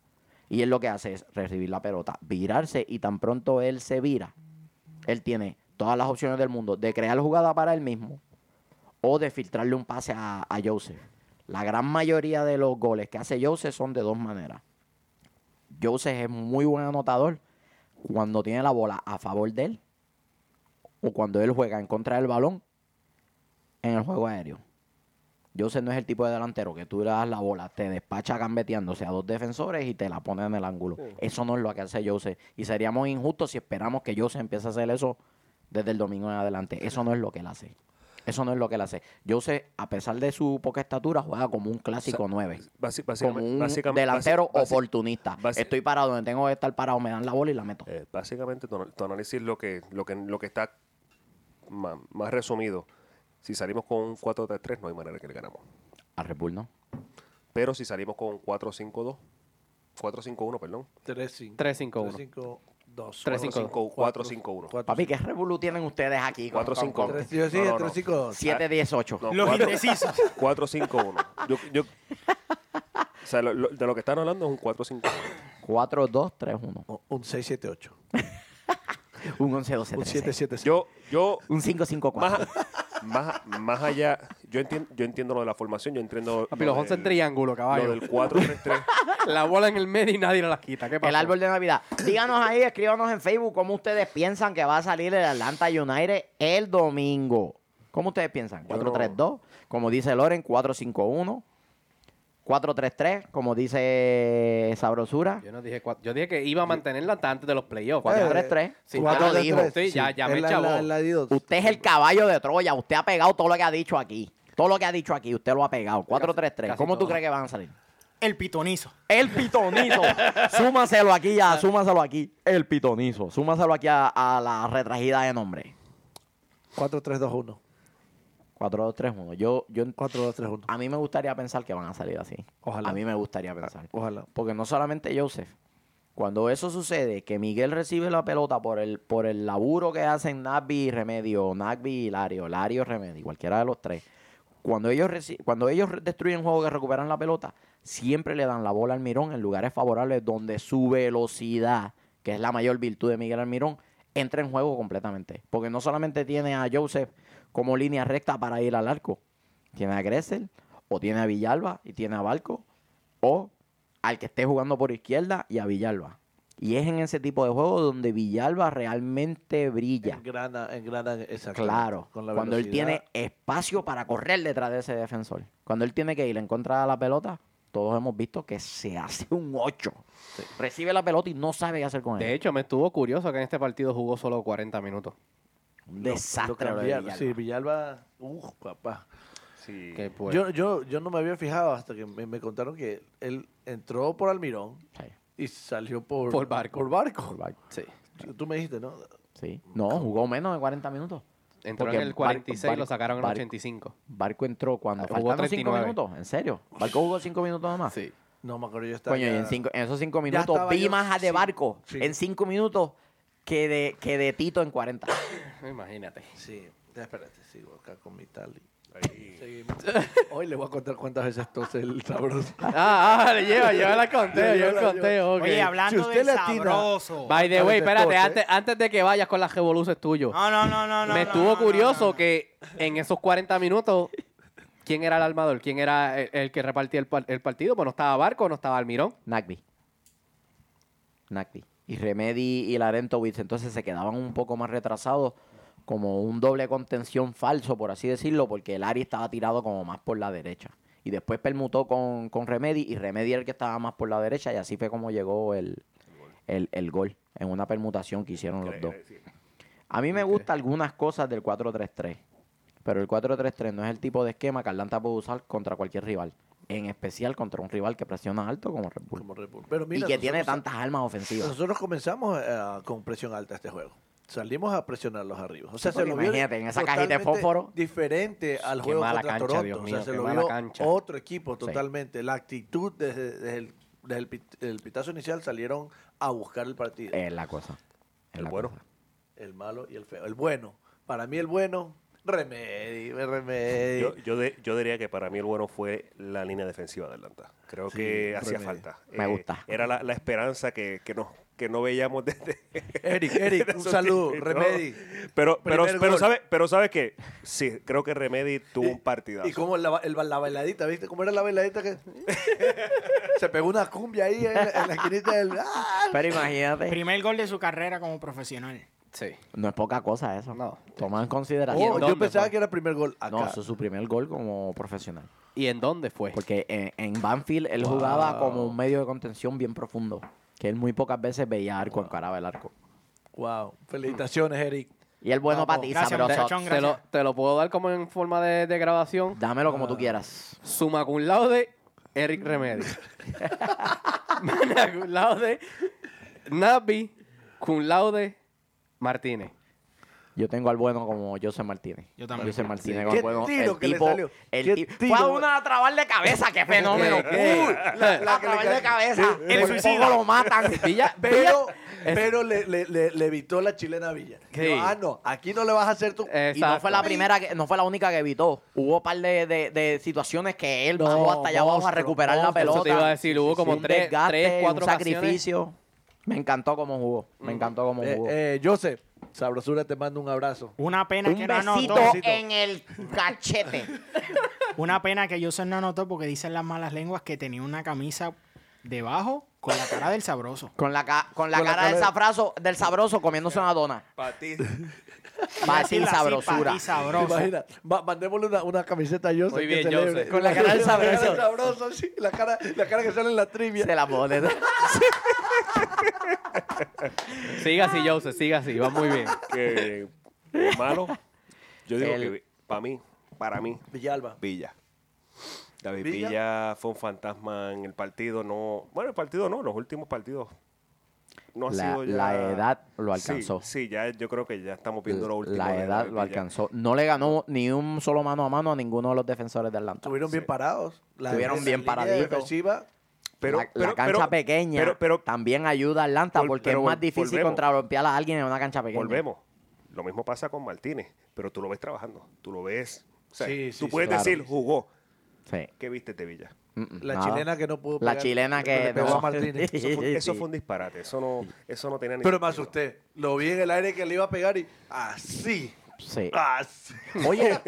Speaker 1: Y él lo que hace es recibir la pelota, virarse y tan pronto él se vira, él tiene todas las opciones del mundo de crear jugada para él mismo o de filtrarle un pase a, a Joseph. La gran mayoría de los goles que hace Joseph son de dos maneras. Joseph es muy buen anotador cuando tiene la bola a favor de él o cuando él juega en contra del balón en el juego aéreo. Joseph no es el tipo de delantero que tú le das la bola, te despacha gambeteándose a dos defensores y te la pone en el ángulo. Eso no es lo que hace Joseph. Y seríamos injustos si esperamos que Joseph empiece a hacer eso desde el domingo en adelante. Eso no es lo que él hace. Eso no es lo que él hace. Joseph, a pesar de su poca estatura, juega como un clásico 9.
Speaker 5: Basi-
Speaker 1: Como
Speaker 5: básicamente-
Speaker 1: un
Speaker 5: básicamente-
Speaker 1: delantero
Speaker 5: basi- basi-
Speaker 1: oportunista.
Speaker 5: basi-
Speaker 1: Estoy parado donde tengo que estar parado, me dan la bola y la meto.
Speaker 5: Eh, básicamente, tu, tu análisis lo que, lo que, lo que está ma- más, resumido. Si salimos con un 4-3-3, no hay manera que le ganamos.
Speaker 1: A Red Bull no.
Speaker 5: Pero si salimos con un 4-5-2, 4-5-1, perdón.
Speaker 3: 3-5.
Speaker 2: 3-5-1.
Speaker 3: 3-5-2.
Speaker 5: 3-5-1. 4-5-1.
Speaker 1: Papi, ¿qué revolú tienen ustedes aquí?
Speaker 5: Cuatro, cinco.
Speaker 3: Tres- Yo sí,
Speaker 5: No, no, no.
Speaker 3: 3-5-2.
Speaker 1: 7-10-8.
Speaker 5: No,
Speaker 4: Los
Speaker 5: cuatro-
Speaker 4: indecisos.
Speaker 5: 4-5-1. Yo, yo- o sea, lo- lo- de lo que están hablando es un 4-5-1.
Speaker 1: 4-2-3-1.
Speaker 3: O- Un 6-7-8.
Speaker 1: Un 11 12
Speaker 3: Un 7-7-6.
Speaker 5: Yo, yo
Speaker 1: Un 554.
Speaker 5: más, más, más allá, yo entiendo, yo entiendo lo de la formación, yo entiendo
Speaker 2: Papi,
Speaker 5: lo
Speaker 2: los 11 en
Speaker 5: del-
Speaker 2: triángulo, caballo.
Speaker 5: Lo del 4-3-3.
Speaker 2: La bola en el medio y nadie la quita. ¿Qué pasa?
Speaker 1: El árbol de Navidad. Díganos ahí, escríbanos en Facebook cómo ustedes piensan que va a salir el Atlanta United el domingo. ¿Cómo ustedes piensan?
Speaker 5: Yo no-
Speaker 1: 4-3-2, como dice Loren, 4-5-1. 4-3-3, como dice Sabrosura.
Speaker 2: Yo no dije cuatro. Yo dije que iba a mantenerla hasta antes de los playoffs.
Speaker 1: 4-3-3.
Speaker 2: Sí,
Speaker 1: Usted
Speaker 2: cuatro
Speaker 1: lo
Speaker 2: de
Speaker 1: dijo.
Speaker 2: tres. Sí, ya- ya me chavó.
Speaker 1: Usted es el caballo de Troya. Usted ha pegado todo lo que ha dicho aquí. Todo lo que ha dicho aquí, usted lo ha pegado. 4-3-3.
Speaker 2: casi
Speaker 1: ¿Cómo tú
Speaker 2: todo.
Speaker 1: crees que van a salir?
Speaker 4: El pitonizo.
Speaker 1: El pitonizo. súmaselo aquí ya, súmaselo aquí. El pitonizo. Súmaselo aquí a, a la retragida de nombre.
Speaker 3: 4-3-2-1.
Speaker 1: 4-2-3-1. Yo, yo,
Speaker 3: 4, 2, 3, 1.
Speaker 1: a mí me gustaría pensar que van a salir así.
Speaker 3: Ojalá.
Speaker 1: A mí me gustaría pensar.
Speaker 3: Ojalá.
Speaker 1: Porque no solamente Joseph. Cuando eso sucede, que Miguel recibe la pelota por el, por el laburo que hacen Nagby y Remedio, Nagby y Lario, Lario y Remedio, cualquiera de los tres. Cuando ellos, reci- cuando ellos re- destruyen juego que recuperan la pelota, siempre le dan la bola al Mirón en lugares favorables donde su velocidad, que es la mayor virtud de Miguel Almirón, entra en juego completamente. Porque no solamente tiene a Joseph como línea recta para ir al arco, tiene a Gressel, o tiene a Villalba y tiene a Barco, o al que esté jugando por izquierda y a Villalba. Y es en ese tipo de juego donde Villalba realmente brilla.
Speaker 3: Engrana, engrana, exacto.
Speaker 1: Claro,
Speaker 3: Con la
Speaker 1: cuando él
Speaker 3: velocidad.
Speaker 1: tiene espacio para correr detrás de ese defensor. Cuando él tiene que ir en contra de la pelota, todos hemos visto que se hace un 8. Recibe la pelota y no sabe qué hacer con
Speaker 2: De
Speaker 1: él.
Speaker 2: hecho, me estuvo curioso que en este partido jugó solo 40 minutos.
Speaker 1: Un
Speaker 3: Lo- lo
Speaker 1: desastre lo de
Speaker 3: cambiaron.
Speaker 1: Villalba.
Speaker 3: Sí, Villalba. Uf, papá.
Speaker 5: Sí.
Speaker 2: Que, pues,
Speaker 3: Yo, yo, yo no me había fijado hasta que me, me contaron que él entró por Almirón
Speaker 1: Sí,
Speaker 3: y salió por,
Speaker 2: Por Barco.
Speaker 3: Por barco.
Speaker 1: por Barco.
Speaker 2: sí,
Speaker 3: Tú me dijiste, ¿no?
Speaker 1: Sí. No, jugó menos de 40 minutos.
Speaker 2: entró
Speaker 1: Porque
Speaker 2: en el
Speaker 1: Bar-
Speaker 2: 46 y lo
Speaker 1: Bar-
Speaker 2: sacaron en
Speaker 1: Bar-
Speaker 2: 85.
Speaker 1: Barco entró cuando
Speaker 2: Ah, jugó
Speaker 1: faltaron 5
Speaker 2: 39.
Speaker 1: minutos. ¿En serio? Barco jugó 5 minutos nada más.
Speaker 2: Sí.
Speaker 3: No me acuerdo yo estaba.
Speaker 1: Coño, y en, cinco- en esos cinco minutos
Speaker 3: estaba
Speaker 1: vi
Speaker 3: yo-
Speaker 1: más a de
Speaker 3: sí,
Speaker 1: barco
Speaker 3: sí.
Speaker 1: en cinco minutos que de, que de Tito en 40.
Speaker 2: Imagínate.
Speaker 3: Sí, ya, espérate, sigo acá con mi tali.
Speaker 5: Ahí.
Speaker 3: Seguimos. Hoy le voy a contar cuántas veces tose el sabroso.
Speaker 2: Ah, ah, le lleva, lleva el conteo, lleva el conteo. ok.
Speaker 4: Oye, hablando
Speaker 3: Si
Speaker 4: de
Speaker 3: usted le atina-
Speaker 4: sabroso.
Speaker 2: By the
Speaker 3: Dale,
Speaker 2: way, espérate,
Speaker 3: descoche.
Speaker 2: antes, antes de que vayas con las revoluciones tuyos.
Speaker 4: No, no, no, no, no.
Speaker 2: me
Speaker 4: no,
Speaker 2: estuvo
Speaker 4: no, no,
Speaker 2: curioso
Speaker 4: no, no.
Speaker 2: que en esos 40 minutos, ¿quién era el armador? ¿Quién era el, el que repartía el, par- el partido? Pues no estaba Barco, no estaba Almirón.
Speaker 1: Nagby. Nagby. Y Remedy y Larentowitz entonces se quedaban un poco más retrasados como un doble contención falso, por así decirlo, porque el Ari estaba tirado como más por la derecha. Y después permutó con, con Remedy y Remedy era el que estaba más por la derecha y así fue como llegó el, el, el gol en una permutación que hicieron los dos.
Speaker 5: Sí.
Speaker 1: A mí me gustan algunas cosas del 4-3-3, pero el 4-3-3 no es el tipo de esquema que Atlanta puede usar contra cualquier rival, en especial contra un rival que presiona alto como Red Bull
Speaker 3: Como Red Bull. Pero
Speaker 1: y
Speaker 3: mira,
Speaker 1: que tiene
Speaker 3: nosotros-
Speaker 1: tantas armas ofensivas.
Speaker 3: Nosotros comenzamos eh, con presión alta este juego. Salimos a presionarlos arriba. O sea,
Speaker 1: Sí,
Speaker 3: se
Speaker 1: porque
Speaker 3: lo vio
Speaker 1: imagínate, en esa cajita de
Speaker 3: totalmente
Speaker 1: fósforo.
Speaker 3: Diferente al
Speaker 2: Qué
Speaker 3: juego
Speaker 2: mala
Speaker 3: contra
Speaker 2: cancha,
Speaker 3: Toronto.
Speaker 2: Dios
Speaker 3: o sea,
Speaker 2: mío,
Speaker 3: se
Speaker 2: qué
Speaker 3: lo
Speaker 2: mala
Speaker 3: vio
Speaker 2: cancha.
Speaker 3: otro equipo totalmente. La actitud desde, desde el, desde el pit- el pitazo inicial salieron a buscar el partido.
Speaker 1: Es la cosa. es
Speaker 5: El
Speaker 1: Eh, la
Speaker 5: bueno.
Speaker 1: cosa.
Speaker 3: El malo y el feo. El bueno. Para mí el bueno, Remedy, Remedy.
Speaker 5: Yo, yo, de- yo diría que para mí el bueno fue la línea defensiva de Atlanta. Creo
Speaker 3: Sí,
Speaker 5: que hacía
Speaker 3: remedio.
Speaker 5: falta. Eh,
Speaker 1: Me gusta.
Speaker 5: Era la, la esperanza que, que, no, que no veíamos desde.
Speaker 3: Eric, Eric, un
Speaker 5: esos
Speaker 3: saludo,
Speaker 5: tiempos.
Speaker 3: Remedy.
Speaker 5: Pero, pero,
Speaker 3: Primer
Speaker 5: pero,
Speaker 3: gol.
Speaker 5: ¿sabe, pero ¿sabe qué? Sí, creo que Remedy tuvo un partidazo.
Speaker 3: Y como la, el- la bailadita, ¿viste? ¿Cómo era la bailadita que se pegó una cumbia ahí en, la- en la esquinita del. ¡Ah!
Speaker 1: Pero imagínate,
Speaker 4: Primer gol de su carrera como profesional.
Speaker 2: Sí.
Speaker 1: no es poca cosa eso.
Speaker 2: No.
Speaker 1: Toma en
Speaker 3: Oh,
Speaker 1: consideración.
Speaker 2: dónde
Speaker 3: yo pensaba
Speaker 2: fue?
Speaker 3: que era el primer gol acá.
Speaker 1: pues. No, eso es su primer gol como profesional.
Speaker 2: ¿Y en dónde fue?
Speaker 1: Porque en, en Banfield él jugaba como un medio de contención bien profundo. Que él muy pocas veces veía arco encaraba el arco.
Speaker 3: Wow.
Speaker 1: Mm.
Speaker 3: Felicitaciones, Eric.
Speaker 1: Y el bueno
Speaker 3: Vamos,
Speaker 1: para ti,
Speaker 4: gracias,
Speaker 1: sabroso.
Speaker 4: muchachón.
Speaker 2: te, lo,
Speaker 4: gracias.
Speaker 2: te lo puedo dar como en forma de, de grabación.
Speaker 1: Dámelo
Speaker 3: Ah.
Speaker 1: como tú quieras.
Speaker 2: Suma cum laude, Eric Remedy. Magna cum laude, Nabi, cum laude, Martínez.
Speaker 1: Yo tengo al bueno como José Martínez.
Speaker 4: Yo también.
Speaker 1: José Martínez
Speaker 3: Sí.
Speaker 1: como
Speaker 3: Qué
Speaker 1: el bueno.
Speaker 3: tiro
Speaker 1: el
Speaker 3: que le
Speaker 1: tipo,
Speaker 3: salió.
Speaker 1: el
Speaker 3: Qué
Speaker 1: ti-
Speaker 3: tiro.
Speaker 1: Fue una trabal de cabeza, qué fenómeno.
Speaker 2: ¿Qué, qué?
Speaker 1: Uy,
Speaker 2: La-
Speaker 1: la trabal de cabeza.
Speaker 4: El
Speaker 1: Por
Speaker 4: suicida.
Speaker 1: poco lo matan.
Speaker 2: Villa,
Speaker 3: Pero,
Speaker 2: Villa-
Speaker 3: pero le, le- le- le evitó la chilena Villa.
Speaker 2: Sí.
Speaker 3: Dijo, ah, no, aquí no le vas a hacer tú.
Speaker 2: Eh,
Speaker 1: Y no fue la
Speaker 2: Exacto.
Speaker 1: primera, que- no fue la única que evitó. Hubo un par de, de- de situaciones que él
Speaker 2: No,
Speaker 1: bajó hasta allá abajo a
Speaker 2: monstruo,
Speaker 1: recuperar la
Speaker 2: monstruo.
Speaker 1: pelota.
Speaker 2: Eso te iba a decir, hubo como
Speaker 1: un
Speaker 2: tres-
Speaker 1: desgaste,
Speaker 2: tres, cuatro
Speaker 1: un sacrificio. Me encantó cómo jugó. Me encantó cómo
Speaker 3: Eh,
Speaker 1: jugó.
Speaker 3: eh, Joseph, Sabrosura te mando un abrazo.
Speaker 4: Una pena que
Speaker 1: un
Speaker 4: no
Speaker 1: besito
Speaker 4: anotó.
Speaker 1: en el cachete.
Speaker 4: Una pena que Joseph no anotó porque dicen las malas lenguas que tenía una camisa debajo con la cara del sabroso.
Speaker 1: Con la, ca- con la
Speaker 3: Con la
Speaker 1: cara
Speaker 3: cara
Speaker 1: del,
Speaker 3: de-
Speaker 1: sabroso, del sabroso comiéndose una dona.
Speaker 5: Para ti.
Speaker 1: Para
Speaker 4: Así, así,
Speaker 1: sabrosura.
Speaker 4: pa' ti sabroso.
Speaker 3: Imagina, ma- mandémosle una, una camiseta a Joseph.
Speaker 2: Muy
Speaker 3: que
Speaker 2: bien,
Speaker 3: celebre.
Speaker 2: Joseph.
Speaker 1: Con la cara del sabroso.
Speaker 3: sabroso, sí, la cara, la cara que sale en la trivia.
Speaker 1: Se la pone.
Speaker 2: Siga así, Joseph, siga así, va muy bien.
Speaker 5: Que, eh, malo. Yo digo
Speaker 1: El-
Speaker 5: que para mí, para mí,
Speaker 3: Villalba.
Speaker 5: Villa. David
Speaker 3: Villa.
Speaker 5: Villa. fue un fantasma en el partido, no. Bueno, el partido no, los últimos partidos. no ha
Speaker 1: La,
Speaker 5: sido ya.
Speaker 1: la edad lo
Speaker 5: Sí,
Speaker 1: alcanzó.
Speaker 5: Sí, ya yo creo que ya estamos viendo lo último.
Speaker 1: la
Speaker 5: de
Speaker 1: edad lo
Speaker 5: Villa.
Speaker 1: alcanzó. No le ganó ni un solo mano a mano a ninguno de los defensores de Atlanta.
Speaker 3: Estuvieron bien parados. La
Speaker 1: Estuvieron
Speaker 3: defensa-
Speaker 1: bien
Speaker 3: línea
Speaker 1: paraditos.
Speaker 3: defensiva,
Speaker 5: Pero,
Speaker 1: la, la
Speaker 5: pero-
Speaker 1: cancha
Speaker 5: pero-
Speaker 1: pequeña
Speaker 5: Pero, pero
Speaker 1: también ayuda a Atlanta
Speaker 5: Vol-
Speaker 1: porque
Speaker 5: pero
Speaker 1: es más
Speaker 5: vol-
Speaker 1: difícil
Speaker 5: volvemos.
Speaker 1: contrarrompear a alguien en una cancha pequeña.
Speaker 5: volvemos. Lo mismo pasa con Martínez, pero tú lo ves trabajando, tú lo ves. O sea,
Speaker 3: Sí,
Speaker 5: tú
Speaker 3: sí,
Speaker 5: puedes
Speaker 1: sí, claro.
Speaker 5: decir, jugó,
Speaker 1: Sí.
Speaker 5: ¿qué viste, Tevilla?
Speaker 1: Mm, mm,
Speaker 3: la
Speaker 1: nada.
Speaker 3: chilena que no pudo
Speaker 1: La
Speaker 3: pegar,
Speaker 1: chivilla
Speaker 3: le
Speaker 1: que.
Speaker 3: pegó
Speaker 1: no.
Speaker 3: a Martínez.
Speaker 5: Eso, fue,
Speaker 1: Sí,
Speaker 5: eso
Speaker 1: sí.
Speaker 5: fue un disparate, eso no, eso no tenía ni
Speaker 3: Pero me
Speaker 5: sentido.
Speaker 3: asusté. Lo vi en el aire que le iba a pegar y así.
Speaker 1: Sí.
Speaker 5: Ah.
Speaker 3: Así.
Speaker 1: Oye,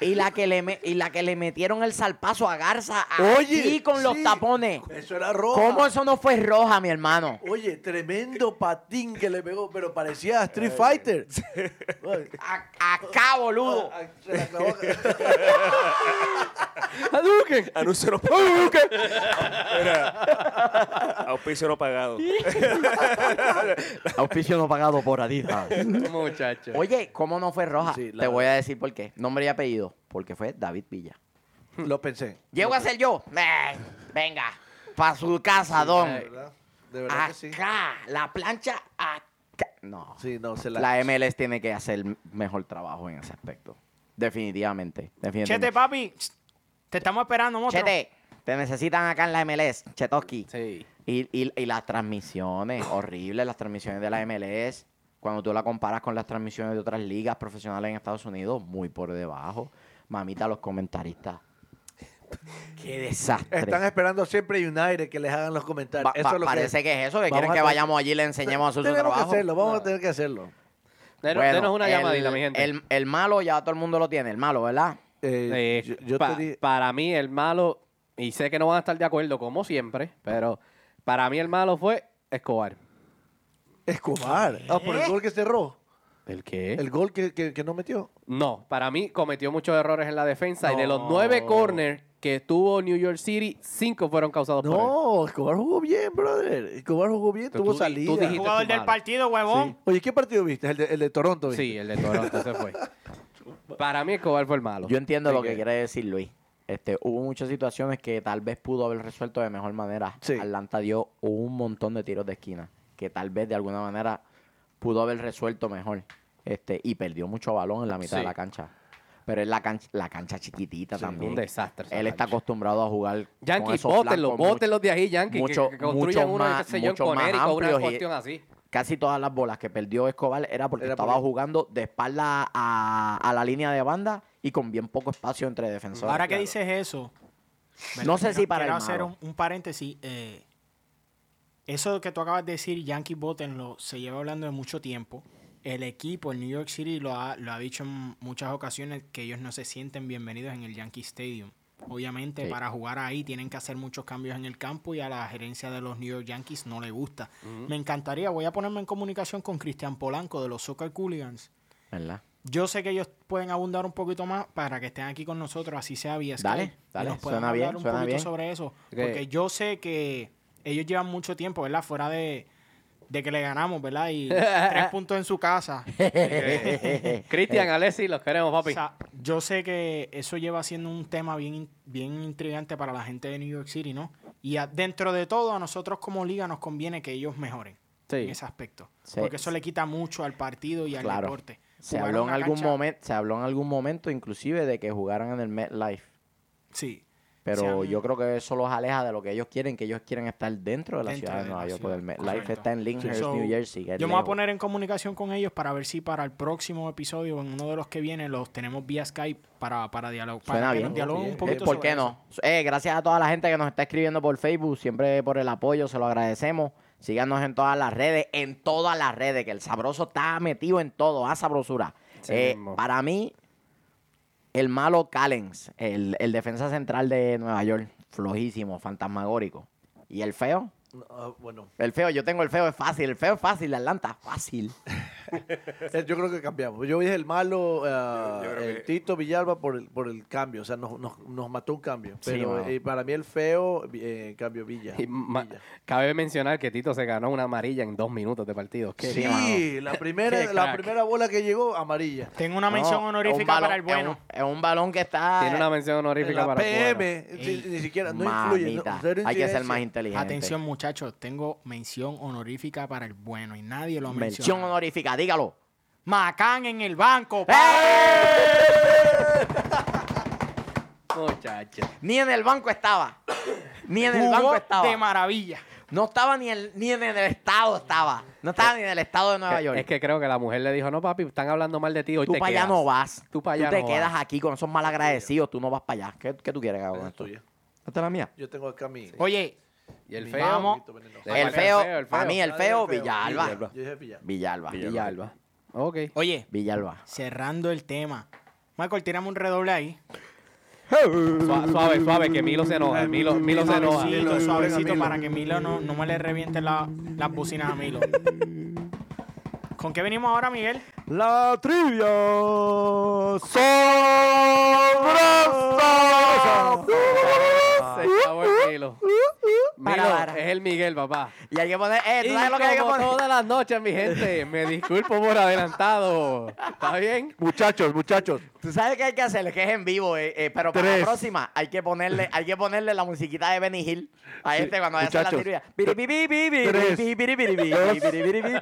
Speaker 1: y la que le, me- y la que le metieron el salpazo a Garza
Speaker 3: Oye.
Speaker 1: aquí con los
Speaker 3: sí.
Speaker 1: tapones.
Speaker 3: Eso era rojo.
Speaker 1: ¿Cómo eso no fue roja, mi hermano?
Speaker 3: Oye, tremendo patín que le pegó, pero parecía
Speaker 1: Eh.
Speaker 3: Street Fighter. Ay,
Speaker 1: A- acá, boludo.
Speaker 3: ah, se la clavó.
Speaker 2: ¡Hadouken!
Speaker 5: Anuncio no Mira, auspicio no pagado. ah.
Speaker 1: Auspicio no pagado por Adidas.
Speaker 2: Muchacho.
Speaker 1: Oye, ¿cómo no fue roja?
Speaker 3: Sí, la
Speaker 1: Te
Speaker 3: verdad.
Speaker 1: voy a decir por qué. Nombre y apellido. Porque fue David Villa.
Speaker 3: Lo pensé.
Speaker 1: ¿Llego a ser yo? Eh, venga, para su casa, don.
Speaker 3: De verdad, de verdad que sí.
Speaker 1: Acá, la plancha acá. No.
Speaker 3: Sí, no, se la.
Speaker 1: La MLS tiene que hacer mejor trabajo en ese aspecto. Definitivamente.
Speaker 4: Chete,
Speaker 1: definitivamente.
Speaker 4: papi. Te estamos esperando, monstruo.
Speaker 1: Chete, te necesitan acá en la MLS, Chetoski.
Speaker 2: Sí.
Speaker 1: Y, y- y las transmisiones, horribles las transmisiones de la MLS. Cuando tú la comparas con las transmisiones de otras ligas profesionales en Estados Unidos, muy por debajo. Mamita, los comentaristas. Qué desastre.
Speaker 3: Están esperando siempre United que les hagan los comentarios.
Speaker 1: Pa-
Speaker 3: Eso
Speaker 1: pa-
Speaker 3: es lo
Speaker 1: parece que, es eso, que
Speaker 3: Vamos
Speaker 1: quieren
Speaker 3: a
Speaker 1: que
Speaker 3: tener-
Speaker 1: vayamos allí y le enseñemos a hacer su
Speaker 3: tenemos que
Speaker 1: trabajo.
Speaker 3: hacerlo, vamos
Speaker 2: No.
Speaker 3: a tener que hacerlo.
Speaker 2: Denos,
Speaker 1: Bueno,
Speaker 2: denos una
Speaker 1: el-
Speaker 2: llamadita, mi gente.
Speaker 1: El, el malo ya todo el mundo lo tiene, el malo, ¿verdad?
Speaker 2: Eh,
Speaker 3: Eh, yo yo
Speaker 2: pa-
Speaker 3: te di-
Speaker 2: Para mí, el malo, y sé que no van a estar de acuerdo como siempre, pero para mí el malo fue Escobar.
Speaker 3: Escobar. Ah, por
Speaker 2: ¿Eh?
Speaker 3: el gol que cerró.
Speaker 2: ¿El qué?
Speaker 3: El gol que, que- que no metió.
Speaker 2: No, para mí cometió muchos errores en la defensa y de los
Speaker 4: No.
Speaker 2: nueve corners que tuvo New York City, cinco fueron causados por él.
Speaker 3: No, Escobar jugó bien, brother. Escobar jugó bien,
Speaker 2: Pero
Speaker 3: tuvo
Speaker 2: tú di-
Speaker 3: salida.
Speaker 2: tú dijiste-
Speaker 4: Jugador del
Speaker 2: Malo.
Speaker 4: partido, huevón.
Speaker 3: Sí. Oye, ¿qué partido viste? El de, el de Toronto, ¿viste?
Speaker 2: Sí, el de Toronto se fue. Para mí Escobar fue el malo.
Speaker 1: Yo entiendo
Speaker 2: Así
Speaker 1: lo que quiere decir Luis. Este, hubo muchas situaciones que tal vez pudo haber resuelto de mejor manera.
Speaker 3: Sí.
Speaker 1: Atlanta dio un montón de tiros de esquina que tal vez de alguna manera pudo haber resuelto mejor. Este, y perdió mucho balón en la mitad de
Speaker 2: Sí.
Speaker 1: la cancha. Pero es la cancha, la cancha chiquitita
Speaker 2: Sí,
Speaker 1: también.
Speaker 2: un desastre esa
Speaker 1: Él está
Speaker 2: cancha.
Speaker 1: acostumbrado a jugar con
Speaker 2: Yankees,
Speaker 1: esos
Speaker 2: bótenlo,
Speaker 1: blancos mucho-
Speaker 2: bótenlo de ahí, Yankees.
Speaker 1: mucho-
Speaker 2: que, que construyan
Speaker 1: mucho
Speaker 2: uno de
Speaker 1: más-
Speaker 2: Sellón
Speaker 1: mucho
Speaker 2: con
Speaker 1: más Eh,
Speaker 2: Eric o una
Speaker 1: amplios y-
Speaker 2: cuestión así.
Speaker 1: casi todas las bolas que perdió Escobar era porque
Speaker 3: Era por
Speaker 1: estaba
Speaker 3: ahí.
Speaker 1: jugando de espalda a, a la línea de banda y con bien poco espacio entre defensores.
Speaker 4: Ahora que dices eso.
Speaker 1: No sé si para el
Speaker 4: Quiero
Speaker 1: malo.
Speaker 4: hacer un, un paréntesis. eh, eso que tú acabas de decir, Yankee Botenlo, se lleva hablando de mucho tiempo. El equipo, el New York City, lo ha, lo ha dicho en muchas ocasiones que ellos no se sienten bienvenidos en el Yankee Stadium. Obviamente,
Speaker 1: Sí.
Speaker 4: para jugar ahí tienen que hacer muchos cambios en el campo y a la gerencia de los New York Yankees no le gusta. Me encantaría, voy a ponerme en comunicación con Cristian Polanco de los Soccer Cooligans
Speaker 1: ¿Verdad?
Speaker 4: yo sé que ellos pueden abundar un poquito más para que estén aquí con nosotros, así sea vía Skype.
Speaker 1: Dale,
Speaker 4: y
Speaker 1: dale,
Speaker 4: nos puedan
Speaker 1: suena
Speaker 4: hablar
Speaker 1: bien,
Speaker 4: un
Speaker 1: suena
Speaker 4: poquito
Speaker 1: bien.
Speaker 4: sobre eso.
Speaker 2: Que-
Speaker 4: Porque yo sé que ellos llevan mucho tiempo, ¿verdad? Fuera de, de que le ganamos, ¿verdad? Y tres puntos en su casa.
Speaker 1: eh.
Speaker 2: Cristian, Alessi, los queremos,
Speaker 4: O
Speaker 2: papi.
Speaker 4: sea, yo sé que eso lleva siendo un tema bien, bien intrigante para la gente de New York City, ¿no? Y a- dentro de todo, a nosotros como liga nos conviene que ellos mejoren en
Speaker 2: Sí.
Speaker 4: ese aspecto.
Speaker 1: Sí.
Speaker 4: Porque eso le quita mucho al partido y al
Speaker 1: Claro.
Speaker 4: deporte.
Speaker 1: Se
Speaker 4: Jugar
Speaker 1: habló, en
Speaker 4: una
Speaker 1: algún
Speaker 4: cancha-
Speaker 1: momento, se habló en algún momento inclusive de que jugaran en el MetLife.
Speaker 4: Sí.
Speaker 1: Pero
Speaker 4: Se han-
Speaker 1: yo creo que eso los aleja de lo que ellos quieren, que ellos quieren estar dentro de la
Speaker 4: Dentro
Speaker 1: ciudad de,
Speaker 4: de
Speaker 1: Nueva
Speaker 4: la
Speaker 1: York.
Speaker 4: ciudad,
Speaker 1: Porque el MetLife
Speaker 4: correcto.
Speaker 1: está en Lyndhurst,
Speaker 4: So,
Speaker 1: New Jersey. que es
Speaker 4: Yo me voy a
Speaker 1: lejos.
Speaker 4: poner en comunicación con ellos para ver si para el próximo episodio o en uno de los que viene los tenemos vía Skype para, para dialogar.
Speaker 1: Suena
Speaker 4: para que
Speaker 1: bien.
Speaker 4: nos dialoguen
Speaker 1: Eh,
Speaker 4: un poquito
Speaker 1: ¿Por
Speaker 4: sobre
Speaker 1: qué
Speaker 4: eso.
Speaker 1: no? Eh, gracias a toda la gente que nos está escribiendo por Facebook, siempre por el apoyo, se lo agradecemos. Síganos en todas las redes, en todas las redes, que el sabroso está metido en todo, a sabrosura.
Speaker 2: Sí,
Speaker 1: Eh,
Speaker 2: mismo.
Speaker 1: para mí, el malo Callens, el, el defensa central de Nueva York, flojísimo, fantasmagórico. ¿Y el feo?
Speaker 3: No, ah, bueno,
Speaker 1: El feo, yo tengo el feo, es fácil, el feo es fácil, de Atlanta, fácil.
Speaker 3: Eh, Yo creo que cambiamos. Yo dije el malo, eh,
Speaker 5: Yo- yo creo
Speaker 3: el
Speaker 5: que-
Speaker 3: Tito Villalba por el, por el cambio. O sea, nos, nos, nos mató un cambio.
Speaker 1: Sí,
Speaker 3: Pero
Speaker 1: mano.
Speaker 3: eh, para mí el feo, eh, en cambio Villa.
Speaker 2: Y ma-
Speaker 3: Villa.
Speaker 2: Cabe mencionar que Tito se ganó una amarilla en dos minutos de partido. Qué
Speaker 3: Sí,
Speaker 2: mano.
Speaker 3: la primera,
Speaker 2: Qué
Speaker 3: la
Speaker 2: crack.
Speaker 3: primera bola que llegó, amarilla.
Speaker 4: Tengo una
Speaker 1: No,
Speaker 4: mención
Speaker 1: es un
Speaker 4: honorífica
Speaker 1: balón-
Speaker 4: para el bueno.
Speaker 1: Es un, es un balón que está.
Speaker 2: Tiene una mención
Speaker 3: En
Speaker 2: honorífica
Speaker 3: la
Speaker 2: para el bueno.
Speaker 3: PM, ni, ni siquiera, no influye. no,
Speaker 1: Mamita,
Speaker 3: cero
Speaker 1: hay que ser
Speaker 3: incidencia.
Speaker 1: más inteligente.
Speaker 4: Atención, muchachos, tengo mención honorífica para el bueno y nadie lo
Speaker 1: Mención Eh,
Speaker 4: menciona.
Speaker 1: honorífica, dígalo.
Speaker 4: Macán en el banco.
Speaker 2: ¡Eh!
Speaker 1: ¡Eh!
Speaker 2: Muchacho.
Speaker 1: Ni en el banco estaba. Ni en el
Speaker 4: Jugó
Speaker 1: banco
Speaker 4: de
Speaker 1: estaba.
Speaker 4: maravilla.
Speaker 1: No estaba ni, el- ni en el estado estaba. No estaba ni en el estado de Nueva York.
Speaker 2: Eh, Es que creo que la mujer le dijo, no, papi, están hablando mal de ti, hoy
Speaker 1: Ah, tú
Speaker 2: te
Speaker 1: para allá
Speaker 2: quedas".
Speaker 1: no vas.
Speaker 2: Tú para allá
Speaker 1: te
Speaker 2: no
Speaker 1: quedas
Speaker 2: vas.
Speaker 1: aquí con esos malagradecidos. Tú no vas para allá. ¿Qué, qué tú quieres que haga
Speaker 3: Esa
Speaker 1: con
Speaker 3: es
Speaker 1: esto?
Speaker 3: tuya.
Speaker 1: Esta es la mía.
Speaker 3: Yo tengo acá mi.
Speaker 4: Oye,
Speaker 2: Y el feo,
Speaker 4: Vamos.
Speaker 3: Yo dije
Speaker 2: Le
Speaker 1: El
Speaker 2: falta
Speaker 1: feo,
Speaker 2: el feo, el
Speaker 1: para
Speaker 2: feo.
Speaker 1: mí el feo, Villalba.
Speaker 3: Yo dije Villalba.
Speaker 1: Villalba.
Speaker 2: Villalba. Ok.
Speaker 4: oye,
Speaker 1: Villalba.
Speaker 4: cerrando el tema. Michael, tirame un redoble ahí.
Speaker 2: Sua- Suave, suave, que Milo se enoja. Milo, Milo se enoja.
Speaker 4: Suavecito,
Speaker 3: Milo,
Speaker 4: suavecito
Speaker 3: Milo.
Speaker 4: para que Milo no, no me le reviente la- las bocinas a Milo. ¿Con qué venimos ahora, Miguel?
Speaker 1: La trivia
Speaker 2: ¡Oh!
Speaker 1: sobrosa.
Speaker 2: Se acabó el Ah, Milo.
Speaker 1: Para,
Speaker 2: Milo,
Speaker 1: para.
Speaker 2: es el Miguel, papá.
Speaker 1: Y hay que poner, eh, ¿tú sabes lo que hay que
Speaker 2: como
Speaker 1: poner?
Speaker 2: todas las noches, mi gente, me disculpo por adelantado. ¿Está bien?
Speaker 3: Muchachos, muchachos.
Speaker 1: Tú sabes que hay que hacer, que es en vivo, eh, eh, pero para la próxima hay que ponerle, hay que ponerle la musiquita de Benny Hill a este cuando vaya a hacer la
Speaker 3: muchachos.
Speaker 1: trivia. Biri, biri, biri, biri, biri, biri, biri, biri, biri, biri, biri, biri,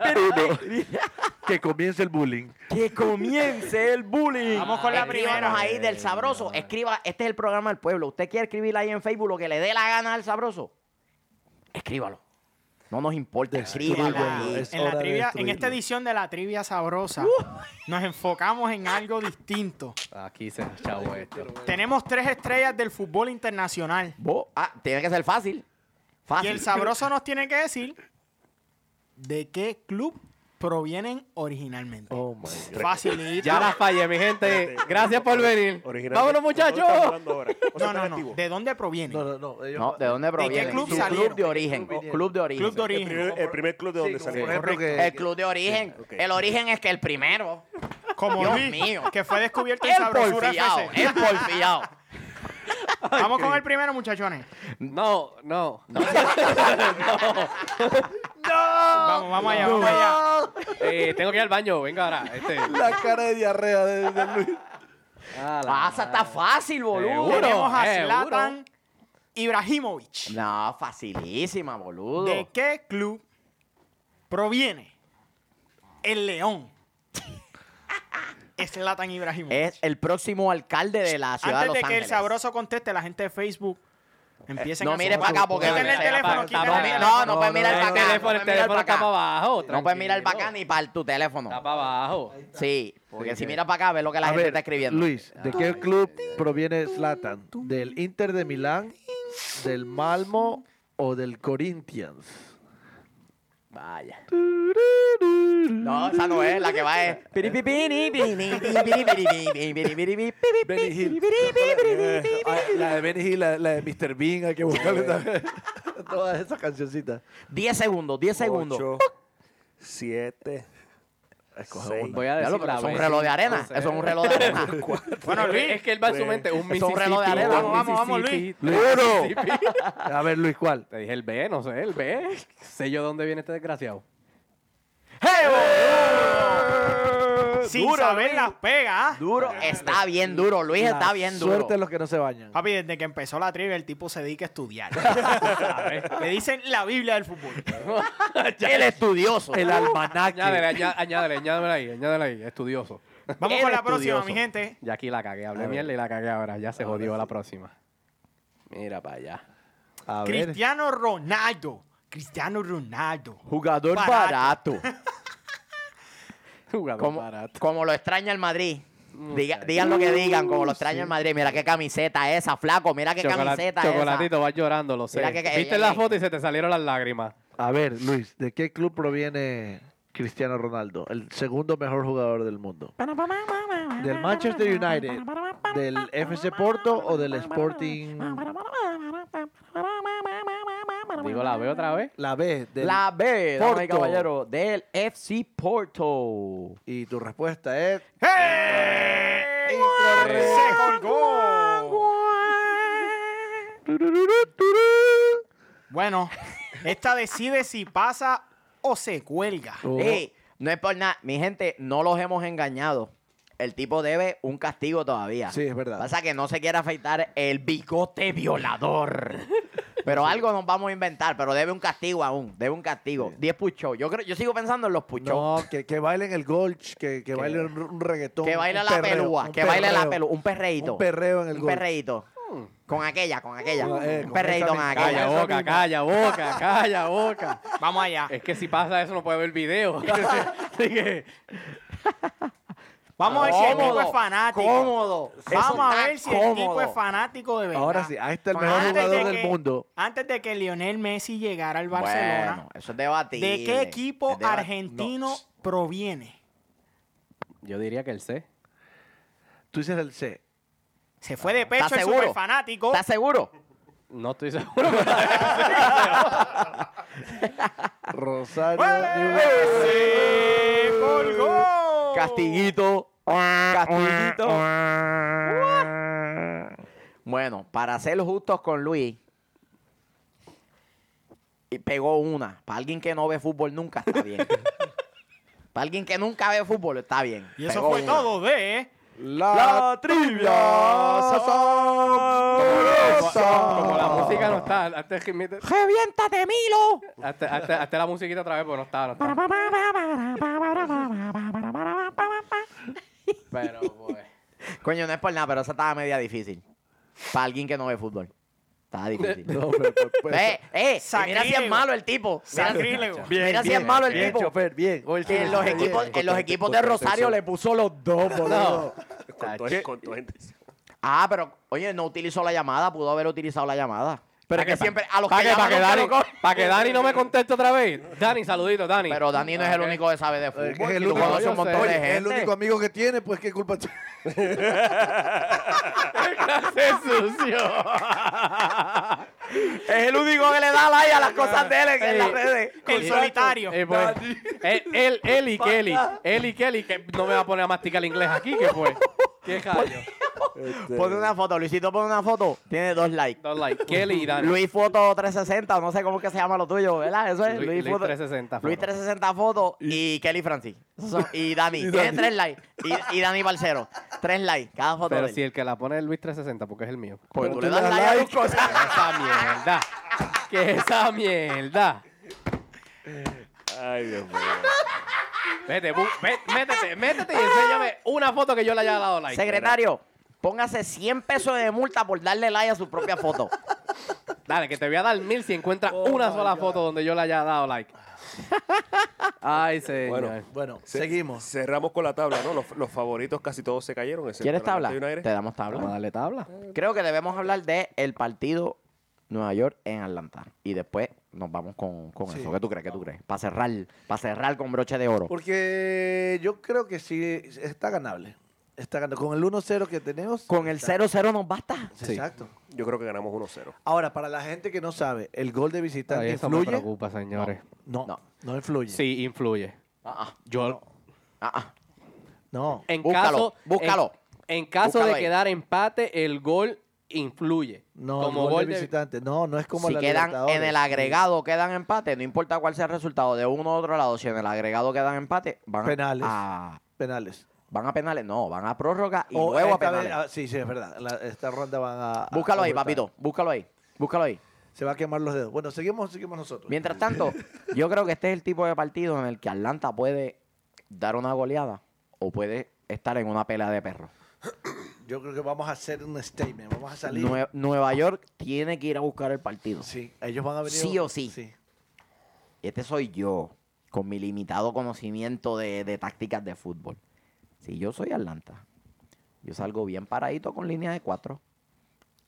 Speaker 1: biri.
Speaker 3: Que comience el bullying.
Speaker 1: Que comience el bullying.
Speaker 4: Vamos con la
Speaker 1: Escríbanos
Speaker 4: primera.
Speaker 1: ahí del sabroso. Escriba, este es el programa del pueblo. Usted quiere escribir ahí en Facebook lo que le dé la gana al sabroso. Escríbalo. No nos importa.
Speaker 4: En
Speaker 1: Escríbalo.
Speaker 4: la-
Speaker 3: bueno,
Speaker 1: ahí.
Speaker 3: es
Speaker 4: en, la
Speaker 3: hora de
Speaker 4: trivia- en
Speaker 3: destruirlo. Uh.
Speaker 4: esta edición de la trivia sabrosa, nos enfocamos en algo distinto.
Speaker 2: Aquí se chavo esto.
Speaker 4: Tenemos tres estrellas del fútbol internacional.
Speaker 1: Bo- Ah, tiene que ser fácil.
Speaker 4: Y
Speaker 1: Fácil.
Speaker 4: el sabroso nos tiene que decir de qué club provienen originalmente.
Speaker 3: Oh my God.
Speaker 4: Facilito.
Speaker 2: Ya la fallé, mi gente. Gracias por venir.
Speaker 5: Originalmente-
Speaker 2: Vámonos, muchachos.
Speaker 5: ¿Dónde están jugando ahora? O sea,
Speaker 4: No,
Speaker 5: están
Speaker 4: no, no.
Speaker 5: activos.
Speaker 4: ¿De dónde provienen?
Speaker 3: No, no, no. ellos-
Speaker 1: No, ¿de dónde proviene?
Speaker 4: qué club
Speaker 1: Su
Speaker 4: salieron?
Speaker 1: de origen.
Speaker 3: Club vinieron.
Speaker 1: Club de origen.
Speaker 4: Club de
Speaker 5: El
Speaker 4: origen.
Speaker 5: primer, el primer club de
Speaker 3: Sí,
Speaker 5: donde
Speaker 3: como
Speaker 5: salieron.
Speaker 3: por ejemplo que-
Speaker 1: El club de origen.
Speaker 5: ok.
Speaker 1: El origen es que el primero.
Speaker 4: Como
Speaker 1: Dios
Speaker 4: Luis,
Speaker 1: mío.
Speaker 4: que fue descubierto en
Speaker 1: El
Speaker 4: Sabrosura
Speaker 1: porfiado.
Speaker 4: FC.
Speaker 1: El porfiado.
Speaker 4: Vamos con el primero, muchachones.
Speaker 2: No, no.
Speaker 4: Vamos, vamos allá, vamos allá.
Speaker 2: Eh, tengo que ir al baño. Venga ahora. Este.
Speaker 3: La cara de diarrea de, de Luis.
Speaker 2: Ah, la
Speaker 1: Pasa, está
Speaker 2: madre.
Speaker 1: fácil, boludo.
Speaker 2: Seguro.
Speaker 4: Tenemos a
Speaker 2: eh,
Speaker 4: Zlatan Ibrahimovic.
Speaker 1: No, facilísima, boludo.
Speaker 4: ¿De qué club proviene el León? Es Zlatan Ibrahimovic.
Speaker 1: Es el próximo alcalde de la ciudad
Speaker 4: Antes
Speaker 1: de Los
Speaker 4: de que el
Speaker 1: Ángeles.
Speaker 4: sabroso conteste, la gente de Facebook empiecen
Speaker 1: no
Speaker 4: a
Speaker 1: mires
Speaker 4: sumar.
Speaker 1: para acá porque
Speaker 4: Quiten
Speaker 1: me
Speaker 4: el
Speaker 1: se
Speaker 4: teléfono,
Speaker 1: apaga.
Speaker 4: quiten
Speaker 1: No, mi-
Speaker 4: el teléfono.
Speaker 1: no, no puedes mirar
Speaker 2: el
Speaker 1: para acá.
Speaker 2: teléfono,
Speaker 1: no
Speaker 2: el
Speaker 1: puedes mirar
Speaker 2: teléfono
Speaker 1: para
Speaker 2: está
Speaker 1: acá.
Speaker 2: para abajo,
Speaker 1: No puedes mirar para acá
Speaker 2: tranquilo.
Speaker 1: ni para tu teléfono.
Speaker 2: Está para abajo.
Speaker 1: Sí, porque
Speaker 2: Sí,
Speaker 1: si
Speaker 2: sí.
Speaker 1: miras para acá, ves lo que la
Speaker 3: A
Speaker 1: gente
Speaker 3: ver,
Speaker 1: está escribiendo.
Speaker 3: Luis, ¿de qué club proviene Zlatan? ¿Del Inter de Milán, del Malmo o del Corinthians?
Speaker 1: Vaya. No, esa no es, la que va es. Piripipini, pini, pini, pini, pini, pini, pini, pini,
Speaker 3: Benny
Speaker 1: piri,
Speaker 3: Hill.
Speaker 1: piri, piri, piri, piri.
Speaker 3: Ay, La de Benny Hill, la, la de Mr. Bean, hay que buscarle también. Todas esas cancioncitas.
Speaker 1: 10 segundos, 10 segundos.
Speaker 5: 7.
Speaker 3: Seis.
Speaker 2: Voy a
Speaker 1: Ya
Speaker 2: decir
Speaker 1: lo, pero
Speaker 2: la
Speaker 1: eso es un
Speaker 2: vez.
Speaker 1: reloj de arena. Eso
Speaker 2: Entonces-
Speaker 1: es un reloj de arena.
Speaker 2: Bueno, Luis, es que él va en su
Speaker 5: tres.
Speaker 2: mente un
Speaker 1: Eso Pues, es
Speaker 2: Mississippi.
Speaker 1: un reloj de arena.
Speaker 2: un
Speaker 4: Vamos, vamos,
Speaker 2: Mississippi.
Speaker 3: ¡Uno! A ver, Luis, ¿cuál?
Speaker 2: Te dije el B, no sé, el B. Sé yo dónde viene este desgraciado.
Speaker 4: Sin saber las pegas. ¿ah?
Speaker 1: Duro, está bien duro, Luis está
Speaker 3: La
Speaker 1: bien duro.
Speaker 3: Suerte a los que no se bañan.
Speaker 4: Papi, desde que empezó la trivia, el tipo se dedica a estudiar.
Speaker 2: ver.
Speaker 4: Le dicen la Biblia del fútbol.
Speaker 1: El estudioso.
Speaker 3: El almanaque.
Speaker 2: Añádele, añá- añádele, añádele ahí, añádele ahí, estudioso.
Speaker 4: Vamos
Speaker 1: El
Speaker 4: con la próxima,
Speaker 1: estudioso.
Speaker 4: mi gente.
Speaker 2: Ya aquí la cagué, hablé mierda y la cagué ahora, ya se jodió la próxima. Mira para allá.
Speaker 3: A ver.
Speaker 4: Cristiano Ronaldo. Cristiano Ronaldo.
Speaker 1: Jugador
Speaker 4: barato.
Speaker 2: Jugador
Speaker 1: Como,
Speaker 2: barato.
Speaker 1: como lo extraña el Madrid. Diga-
Speaker 2: Muchacho.
Speaker 1: digan lo que digan, como lo extraña el Madrid. Mira qué camiseta esa, flaco. Mira qué
Speaker 2: Chocolat-
Speaker 1: camiseta
Speaker 2: chocolatito, vas llorando, lo sé.
Speaker 1: Mira que- que-
Speaker 2: Viste
Speaker 1: ey,
Speaker 2: la
Speaker 1: ey.
Speaker 2: foto y se te salieron las lágrimas.
Speaker 3: A ver, Luis, ¿de qué club proviene Cristiano Ronaldo? El segundo mejor jugador del mundo. ¿Del Manchester United, del FC Porto o del Sporting
Speaker 2: digo la B otra vez.
Speaker 3: La B. Del,
Speaker 1: La B, damas y
Speaker 3: Porto.
Speaker 1: caballero, del FC Porto.
Speaker 3: Y tu respuesta es...
Speaker 5: Se colgó.
Speaker 4: Bueno, esta decide si pasa o se cuelga.
Speaker 3: Oh.
Speaker 1: Ey, no es por nada. Mi gente, no los hemos engañado. El tipo debe un castigo todavía.
Speaker 3: Sí, es verdad.
Speaker 1: Pasa que no se quiere afeitar el bigote violador. Pero algo nos vamos a inventar, pero debe un castigo aún, debe un castigo. 10 puchos. Yo creo, yo sigo pensando en los puchos.
Speaker 3: No, que, que bailen el golch, que, que bailen un- un reggaetón.
Speaker 1: que baile
Speaker 3: un
Speaker 1: la
Speaker 3: perreo,
Speaker 1: pelúa,
Speaker 3: un
Speaker 1: que baile la
Speaker 3: perreo.
Speaker 1: pelúa, un perreíto.
Speaker 3: Un perreo en el
Speaker 1: Un
Speaker 3: golf.
Speaker 1: perreíto.
Speaker 4: Hmm.
Speaker 1: Con aquella, con aquella.
Speaker 3: Con- eh,
Speaker 1: un
Speaker 3: con
Speaker 1: perreíto
Speaker 3: esa
Speaker 1: con
Speaker 3: misma.
Speaker 1: aquella.
Speaker 2: Calla
Speaker 3: esa
Speaker 2: boca,
Speaker 3: misma.
Speaker 2: calla boca, calla boca.
Speaker 4: Vamos allá.
Speaker 2: Es que si pasa eso no puede ver video. Así que,
Speaker 4: Vamos a ver si el tipo
Speaker 1: Cómodo,
Speaker 4: es fanático.
Speaker 1: Cómodo. Eso
Speaker 4: Vamos a
Speaker 1: está
Speaker 4: ver si el tipo
Speaker 1: cómodo.
Speaker 4: es fanático de verdad.
Speaker 3: Ahora sí, ahí está el
Speaker 1: Antes
Speaker 3: mejor
Speaker 1: de
Speaker 3: jugador
Speaker 4: que-
Speaker 3: del mundo.
Speaker 4: Antes de que Lionel Messi llegara al Barcelona,
Speaker 1: Bueno, eso es debatible.
Speaker 4: ¿de qué equipo
Speaker 1: Es deba-
Speaker 4: argentino proviene?
Speaker 2: yo diría que el C.
Speaker 3: Tú dices el C.
Speaker 4: Se fue de pecho
Speaker 1: ¿Estás
Speaker 4: el
Speaker 1: seguro?
Speaker 4: super fanático.
Speaker 1: ¿Estás seguro?
Speaker 2: No estoy seguro. pero-
Speaker 3: Rosario.
Speaker 4: ¡Se colgó!
Speaker 1: Castiguito. Castiguito. bueno, para ser justos con Luis, y pegó una. Para alguien que no ve fútbol nunca está bien. para alguien que nunca ve fútbol está bien.
Speaker 4: Y eso
Speaker 1: Pegó
Speaker 4: fue
Speaker 1: una.
Speaker 4: todo de...
Speaker 1: La trivia
Speaker 2: Como la
Speaker 1: sabrosa.
Speaker 2: música no está, antes que me-
Speaker 1: Oh. ¡Reviéntate, Milo!
Speaker 2: Hasta, hasta- hasta la musiquita otra vez, porque no estaba, no estaba. Pero, pues.
Speaker 1: Coño, no es por nada, pero esa estaba media difícil. Para alguien que no ve fútbol. Estaba difícil.
Speaker 3: No, pero, pues, pero, pero-
Speaker 1: Ve, eh, y mira si es
Speaker 4: Sacrílego.
Speaker 1: malo el tipo. Mira,
Speaker 4: Sacrílego.
Speaker 1: mira
Speaker 3: Bien,
Speaker 1: si
Speaker 3: bien,
Speaker 1: es malo el
Speaker 3: bien,
Speaker 1: tipo.
Speaker 3: chofer, bien. Oye,
Speaker 1: Que en los
Speaker 3: bien.
Speaker 1: equipos, en los equipos de Rosario le puso los dos, boludo.
Speaker 5: Con tu-
Speaker 2: Tache.
Speaker 5: Con tu gente.
Speaker 1: Ah, pero, oye, no utilizó la llamada, pudo haber utilizado la llamada. Pero
Speaker 2: ¿Para
Speaker 1: que
Speaker 2: qué?
Speaker 1: siempre, a los que
Speaker 2: ¿Para que,
Speaker 1: llaman
Speaker 2: para que Dani,
Speaker 1: nunca lo cogen.
Speaker 2: para que Dani no me conteste otra vez. Dani, saludito, Dani.
Speaker 1: Pero Dani no es el único que sabe de fútbol.
Speaker 3: Es el
Speaker 1: tú
Speaker 3: único-
Speaker 1: conoces un montón
Speaker 2: Oye,
Speaker 1: de gente.
Speaker 3: el único amigo que tiene, pues qué culpa tiene.
Speaker 2: Se sucio.
Speaker 1: Es el único que le da like a las cosas de él en, en las
Speaker 2: Ey.
Speaker 1: redes.
Speaker 4: El solitario.
Speaker 2: Eh, pues, él, él, él y Kelly. Él y Kelly, que no me va a poner a masticar el inglés aquí, que fue. Qué callo.
Speaker 1: Pone una foto, Luisito pone una foto, tiene dos likes.
Speaker 2: Don't like. Kelly y Dani.
Speaker 1: Luis Foto 360, o no sé cómo es que se llama lo tuyo, ¿verdad? Eso es
Speaker 2: Luis- Luis 360
Speaker 1: Luis
Speaker 2: foto.
Speaker 1: 360 foto y Kelly Francis. Esos son- Y Dani, tiene tres likes. Y, y Dani Balcero, tres likes cada foto.
Speaker 2: Pero
Speaker 1: de él.
Speaker 2: si el que la pone es Luis 360, porque es el mío.
Speaker 1: Porque Pues tú le das like a tus cosas.
Speaker 2: esa mierda. Que esa mierda.
Speaker 5: Ay, Dios mío.
Speaker 2: Vete, bu- ve- métete, métete y enséñame una foto que yo le haya dado like.
Speaker 1: Secretario, póngase 100 pesos de multa por darle like a su propia foto.
Speaker 2: Mira, Dale, que te voy a dar mil si encuentras una sola foto donde yo le haya dado like. Ay, señor.
Speaker 5: Bueno.
Speaker 3: Bueno,
Speaker 5: Ce-
Speaker 3: seguimos.
Speaker 5: Cerramos con la tabla, ¿no? Los, los favoritos casi todos se cayeron. excepto
Speaker 1: ¿Quieres
Speaker 5: el
Speaker 1: tabla?
Speaker 5: Atlanta United.
Speaker 1: Te damos
Speaker 2: Vamos a
Speaker 1: tabla.
Speaker 2: darle tabla.
Speaker 1: Creo que debemos hablar de el partido Nueva York en Atlanta. Y después nos vamos con, con
Speaker 3: Sí.
Speaker 1: eso. ¿Qué tú crees? ¿Qué tú crees? Para cerrar, para cerrar con broche de oro.
Speaker 3: Porque yo creo que sí está ganable. Está ganable. Con el 1-0 que tenemos.
Speaker 1: Con el
Speaker 3: está-
Speaker 1: 0-0 nos basta.
Speaker 2: Sí.
Speaker 3: Exacto.
Speaker 5: Yo creo que ganamos 1-0.
Speaker 3: Ahora, para la gente que no sabe, ¿el gol de visitante
Speaker 2: Ay, eso me
Speaker 3: influye?
Speaker 2: preocupa, señores.
Speaker 3: No,
Speaker 1: No.
Speaker 3: no, influye.
Speaker 2: Sí, influye.
Speaker 1: Ah,
Speaker 2: Yo,
Speaker 1: ah, ah,
Speaker 3: No.
Speaker 2: en
Speaker 1: Búscalo,
Speaker 2: caso,
Speaker 1: búscalo.
Speaker 2: En, en caso
Speaker 1: Búscalo
Speaker 2: de
Speaker 1: ahí.
Speaker 2: quedar empate, el gol influye.
Speaker 3: No, el gol, de visitante. No, no es como
Speaker 1: si
Speaker 3: la
Speaker 1: quedan en
Speaker 3: Libertadores.
Speaker 1: el agregado, quedan empate, no importa cuál sea el resultado de uno u otro lado, si en el agregado quedan empate, van
Speaker 3: Penales.
Speaker 1: a
Speaker 3: Penales.
Speaker 1: van a penales, no, van a prórroga y
Speaker 3: O
Speaker 1: luego a
Speaker 3: esta vez-
Speaker 1: penales.
Speaker 3: ah, sí, sí, es verdad. La- esta ronda van a. a
Speaker 1: búscalo ahí,
Speaker 3: overtime.
Speaker 1: papito, búscalo ahí. Búscalo ahí.
Speaker 3: Se va a quemar los dedos. Bueno, seguimos, seguimos nosotros.
Speaker 1: Mientras tanto, yo creo que este es el tipo de partido en el que Atlanta puede dar una goleada o puede estar en una pelea de perros.
Speaker 3: Yo creo que vamos a hacer un statement. Vamos a salir.
Speaker 1: Nue- Nueva York tiene que ir a buscar el partido.
Speaker 3: Sí, ellos van a venir.
Speaker 1: Sí o sí. Este soy yo, con mi limitado conocimiento de, de tácticas de fútbol. Si yo soy Atlanta, yo salgo bien paradito con línea de cuatro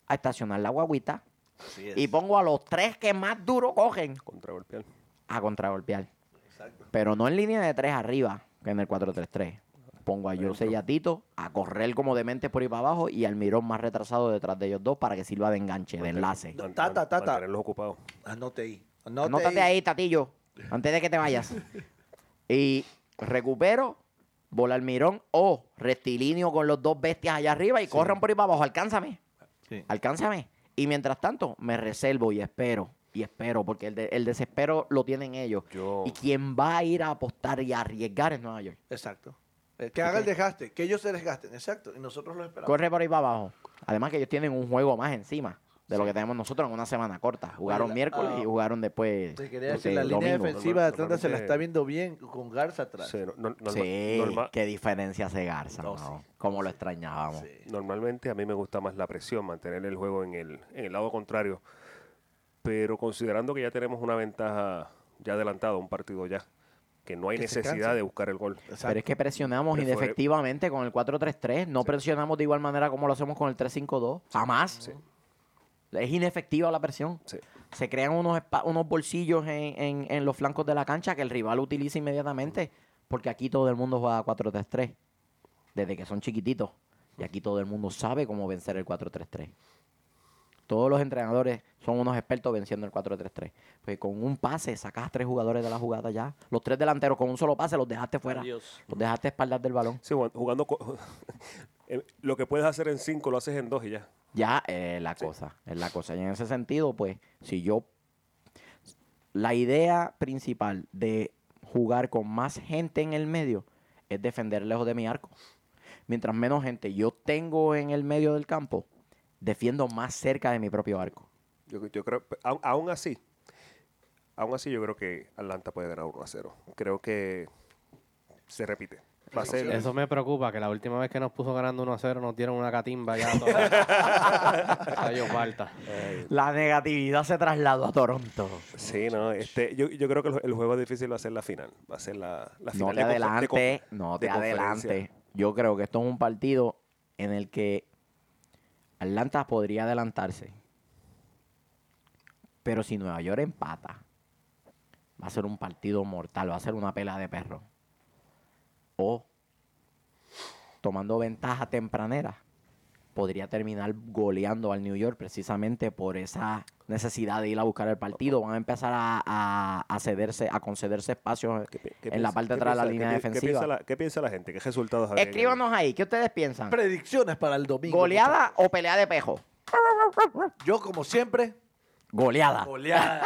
Speaker 1: a estacionar la guaguita
Speaker 3: Así es.
Speaker 1: y pongo a los tres que más duro cogen
Speaker 5: Contragolpear.
Speaker 1: a contragolpear.
Speaker 3: Exacto.
Speaker 1: Pero no en línea de tres arriba, que en el 4-3-3. Pongo a Jose y a Tito a correr como dementes por ahí para abajo y al mirón más retrasado detrás de ellos dos para que sirva de enganche, de enlace.
Speaker 5: Mantener-
Speaker 3: Tata, tata.
Speaker 5: Mantenerlos ocupados.
Speaker 3: Anote ahí.
Speaker 6: No
Speaker 1: Anótate ahí, Tatillo, antes de que te vayas. y recupero, bola al mirón o rectilíneo con los dos bestias allá arriba y corran por ahí para abajo. Alcánzame,
Speaker 3: Sí.
Speaker 1: alcánzame. Y mientras tanto, me reservo y espero. Y espero, porque el, de- el desespero lo tienen ellos.
Speaker 5: Yo-
Speaker 1: Y quien va a ir a apostar y a arriesgar es Nueva York.
Speaker 6: Exacto. Eh, Que haga el desgaste, que ellos se desgasten, exacto. Y nosotros los esperamos.
Speaker 1: Corre por ahí para abajo. Además que ellos tienen un juego más encima de lo que tenemos nosotros en una semana corta. Jugaron
Speaker 6: la-
Speaker 1: miércoles
Speaker 6: ah,
Speaker 1: y jugaron después.
Speaker 3: Te quería
Speaker 1: eh,
Speaker 3: decir, la línea
Speaker 1: domingo.
Speaker 3: defensiva de Atlanta se la
Speaker 5: Normalmente-
Speaker 3: está viendo bien con Garza atrás.
Speaker 5: Sí, no- no- norma-
Speaker 1: Sí,
Speaker 5: norma-
Speaker 1: qué diferencia hace Garza,
Speaker 6: No,
Speaker 1: ¿no?
Speaker 6: sí.
Speaker 1: Cómo lo extrañábamos.
Speaker 6: Sí.
Speaker 5: normalmente a mí me gusta más la presión, mantener el juego en el, en el lado contrario. Pero considerando que ya tenemos una ventaja ya adelantada, un partido ya, que no hay
Speaker 6: Que se
Speaker 5: necesidad
Speaker 6: cansen.
Speaker 5: de buscar el gol.
Speaker 1: Pero es que presionamos
Speaker 5: Pero fue-
Speaker 1: inefectivamente con el 4-3-3. No presionamos de igual manera como lo hacemos con el 3-5-2. Jamás.
Speaker 5: Sí.
Speaker 1: Es inefectiva la presión.
Speaker 5: Sí.
Speaker 1: Se crean unos, espa- unos bolsillos en, en- en los flancos de la cancha que el rival utiliza inmediatamente. Porque aquí todo el mundo juega 4-3-3. Desde que son chiquititos. Y aquí todo el mundo sabe cómo vencer el 4-3-3. Todos los entrenadores son unos expertos venciendo el 4-3-3. Pues con un pase sacas tres jugadores de la jugada ya. Los tres delanteros con un solo pase los dejaste fuera. Los dejaste espaldas del balón.
Speaker 5: Sí, Juan, jugando co- eh, lo que puedes hacer en cinco lo haces en dos y ya.
Speaker 1: Ya es la cosa, es la cosa. Y en ese sentido, pues, si yo... La idea principal de jugar con más gente en el medio es defender lejos de mi arco. Mientras menos gente yo tengo en el medio del campo, defiendo más cerca de mi propio arco.
Speaker 5: Yo, yo creo, au- aún así, aún así yo creo que Atlanta puede ganar 1 a 0. Creo que se repite. Va a ser-
Speaker 2: Eso me preocupa, que la última vez que nos puso ganando 1 a 0 nos dieron una catimba ya. a todos. Rayos falta.
Speaker 1: La negatividad se trasladó a Toronto.
Speaker 5: Sí, no, este, yo, yo creo que el, el juego difícil va a ser la final. Va a ser la, la
Speaker 1: No
Speaker 5: final.
Speaker 1: te
Speaker 5: de confer- de con-
Speaker 1: adelante, no
Speaker 5: de
Speaker 1: te
Speaker 5: conferencia.
Speaker 1: adelante. Yo creo que esto es un partido en el que Atlanta podría adelantarse. Pero si Nueva York empata, va a ser un partido mortal, va a ser una pela de perro. O tomando ventaja tempranera, podría terminar goleando al New York precisamente por esa necesidad de ir a buscar el partido. Van a empezar a, a- a cederse, a concederse espacios
Speaker 5: ¿Qué pi- qué
Speaker 1: en la
Speaker 5: piensa-
Speaker 1: parte de
Speaker 5: qué
Speaker 1: atrás de la
Speaker 5: piensa-
Speaker 1: línea
Speaker 5: qué pi- ¿qué
Speaker 1: defensiva.
Speaker 5: piensa, la, qué piensa la gente? ¿Qué resultados habría que-
Speaker 1: Escríbanos ahí, ¿qué ustedes piensan?
Speaker 6: Predicciones para el domingo.
Speaker 1: ¿Goleada o pelea de pejo?
Speaker 6: muchachos. Yo, como siempre,
Speaker 1: Goleada.
Speaker 6: goleada.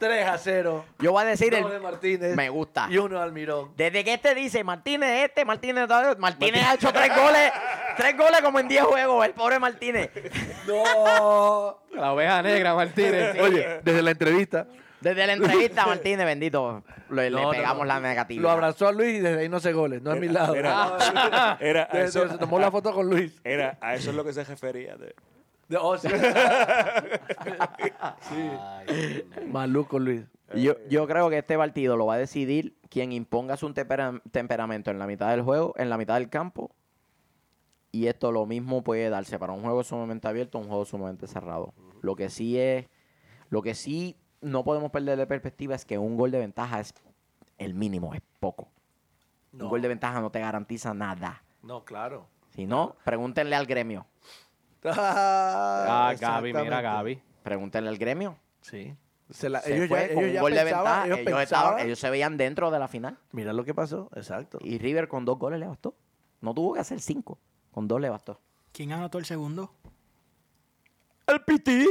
Speaker 6: 3 a 0.
Speaker 1: Yo voy a decir
Speaker 6: Dos de
Speaker 1: el...
Speaker 6: Martínez.
Speaker 1: Me gusta.
Speaker 6: Y uno de Almirón.
Speaker 1: Desde que este dice Martínez este, Martínez Martínez, Martínez ha hecho tres goles, tres goles como en 10 juegos, el pobre Martínez.
Speaker 6: ¡No!
Speaker 2: La oveja negra, Martínez.
Speaker 3: Oye, desde la entrevista
Speaker 1: Desde la entrevista, Martínez, bendito, le, le
Speaker 3: No, no,
Speaker 1: pegamos
Speaker 3: no.
Speaker 1: la negativa.
Speaker 3: lo abrazó a Luis y desde ahí no se goles, no es mi lado.
Speaker 5: Era, era, a
Speaker 3: Desde-
Speaker 5: eso,
Speaker 3: se tomó la foto con Luis.
Speaker 5: era a eso es lo que se refería. de-
Speaker 6: De- oh, sí.
Speaker 3: Maluco Luis.
Speaker 1: Yo,
Speaker 6: Eh,
Speaker 1: yo creo que este partido lo va a decidir quien imponga su tempera- temperamento en la mitad del juego, en la mitad del campo. Y esto lo mismo puede darse para un juego sumamente abierto, un juego sumamente cerrado. Lo que sí es, lo que sí no podemos perder de perspectiva es que un gol de ventaja es el mínimo, es poco.
Speaker 6: No.
Speaker 1: Un gol de ventaja no te garantiza nada.
Speaker 6: No, claro.
Speaker 1: Si no, pregúntenle al gremio.
Speaker 6: Ah,
Speaker 2: Ah, Gaby, mira,
Speaker 6: exactamente.
Speaker 2: Gaby.
Speaker 1: Pregúntenle al gremio.
Speaker 6: Sí. Se la-
Speaker 1: Se
Speaker 6: ellos ya,
Speaker 1: fue con
Speaker 6: ellos
Speaker 1: un
Speaker 6: ya
Speaker 1: gol de
Speaker 6: pensaban-
Speaker 1: ventaja.
Speaker 6: ellos
Speaker 1: ellos estaban-
Speaker 6: pensaban-
Speaker 1: ellos se veían dentro de la final.
Speaker 6: Mira lo que pasó. Exacto.
Speaker 1: Y River con dos goles le bastó. No tuvo que hacer cinco. Con dos le bastó.
Speaker 4: ¿Quién anotó el segundo?
Speaker 3: El Piti.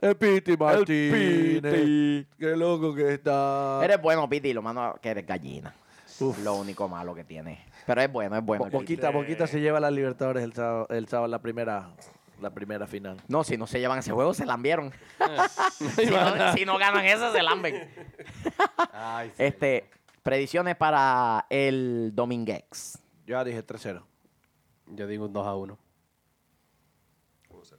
Speaker 3: El Piti Martínez.
Speaker 6: Piti.
Speaker 3: Qué loco que está.
Speaker 1: Eres bueno, Piti, lo malo que eres gallina. Lo único malo que tienes. Pero es bueno, es bueno.
Speaker 3: Bo-
Speaker 1: el Piti.
Speaker 3: Boquita, Boquita se lleva a las Libertadores el sábado, el sábado la primera, la primera final.
Speaker 1: No, si no se llevan ese juego, se lambieron. si, no, si no ganan ese, se lamben. este, predicciones para el Dominguez.
Speaker 6: Yo ya dije 3-0.
Speaker 2: Yo digo un 2 a 1.
Speaker 1: 1-0.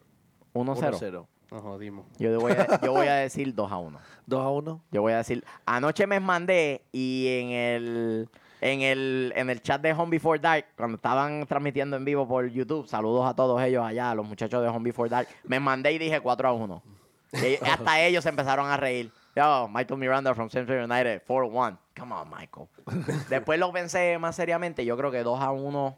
Speaker 6: 1-0.
Speaker 2: Nos jodimos.
Speaker 1: Yo, voy a- yo voy a decir 2 a 1.
Speaker 6: 2 a 1.
Speaker 1: Yo voy a decir, anoche me mandé y en el en el en el chat de Home Before Dark, cuando estaban transmitiendo en vivo por YouTube, saludos a todos ellos allá, a los muchachos de Home Before Dark, me mandé y dije 4 a 1. Y hasta ellos se empezaron a reír. Yo, Michael Miranda from Central United, 4-1. Come on, Michael. Después lo pensé más seriamente. Yo creo que 2 a 1.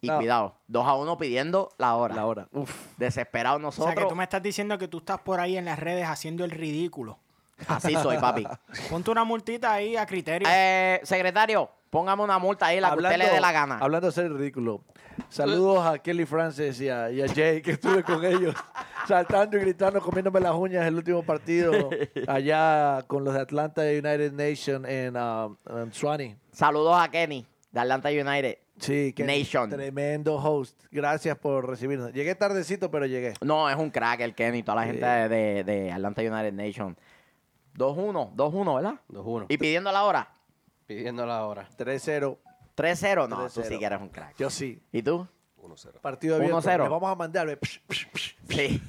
Speaker 1: Y
Speaker 6: No.
Speaker 1: cuidado, 2 a 1 pidiendo la hora.
Speaker 6: La hora. Uf.
Speaker 1: Desesperados
Speaker 4: O sea,
Speaker 1: nosotros.
Speaker 4: que tú me estás diciendo que tú estás por ahí en las redes haciendo el ridículo.
Speaker 1: Así soy, papi.
Speaker 4: Ponte una multita ahí a criterio.
Speaker 1: Eh, secretario, póngame una multa ahí, la que usted le dé la gana.
Speaker 3: Hablando de ser ridículo. Saludos a Kelly Francis y a, y a Jay, que estuve con ellos saltando y gritando, comiéndome las uñas el último partido allá con los de Atlanta United Nation en, um, en Swanee.
Speaker 1: Saludos a Kenny de Atlanta United.
Speaker 3: Sí, que
Speaker 1: Nation.
Speaker 3: tremendo host. Gracias por recibirnos. Llegué tardecito, pero llegué.
Speaker 1: No, es un crack el Kenny, toda la gente de, de- de Atlanta United Nation. 2-1, 2-1, ¿verdad?
Speaker 2: 2-1.
Speaker 1: Y pidiendo la hora.
Speaker 2: Pidiéndola ahora.
Speaker 3: 3-0.
Speaker 1: 3-0, no, tú
Speaker 3: 3-0.
Speaker 1: sí que eres un crack.
Speaker 3: Yo sí.
Speaker 1: ¿Y tú?
Speaker 5: 1-0.
Speaker 3: Partido abierto.
Speaker 1: 1-0.
Speaker 3: Le vamos a mandar. ve, psh, psh, psh.
Speaker 1: Sí.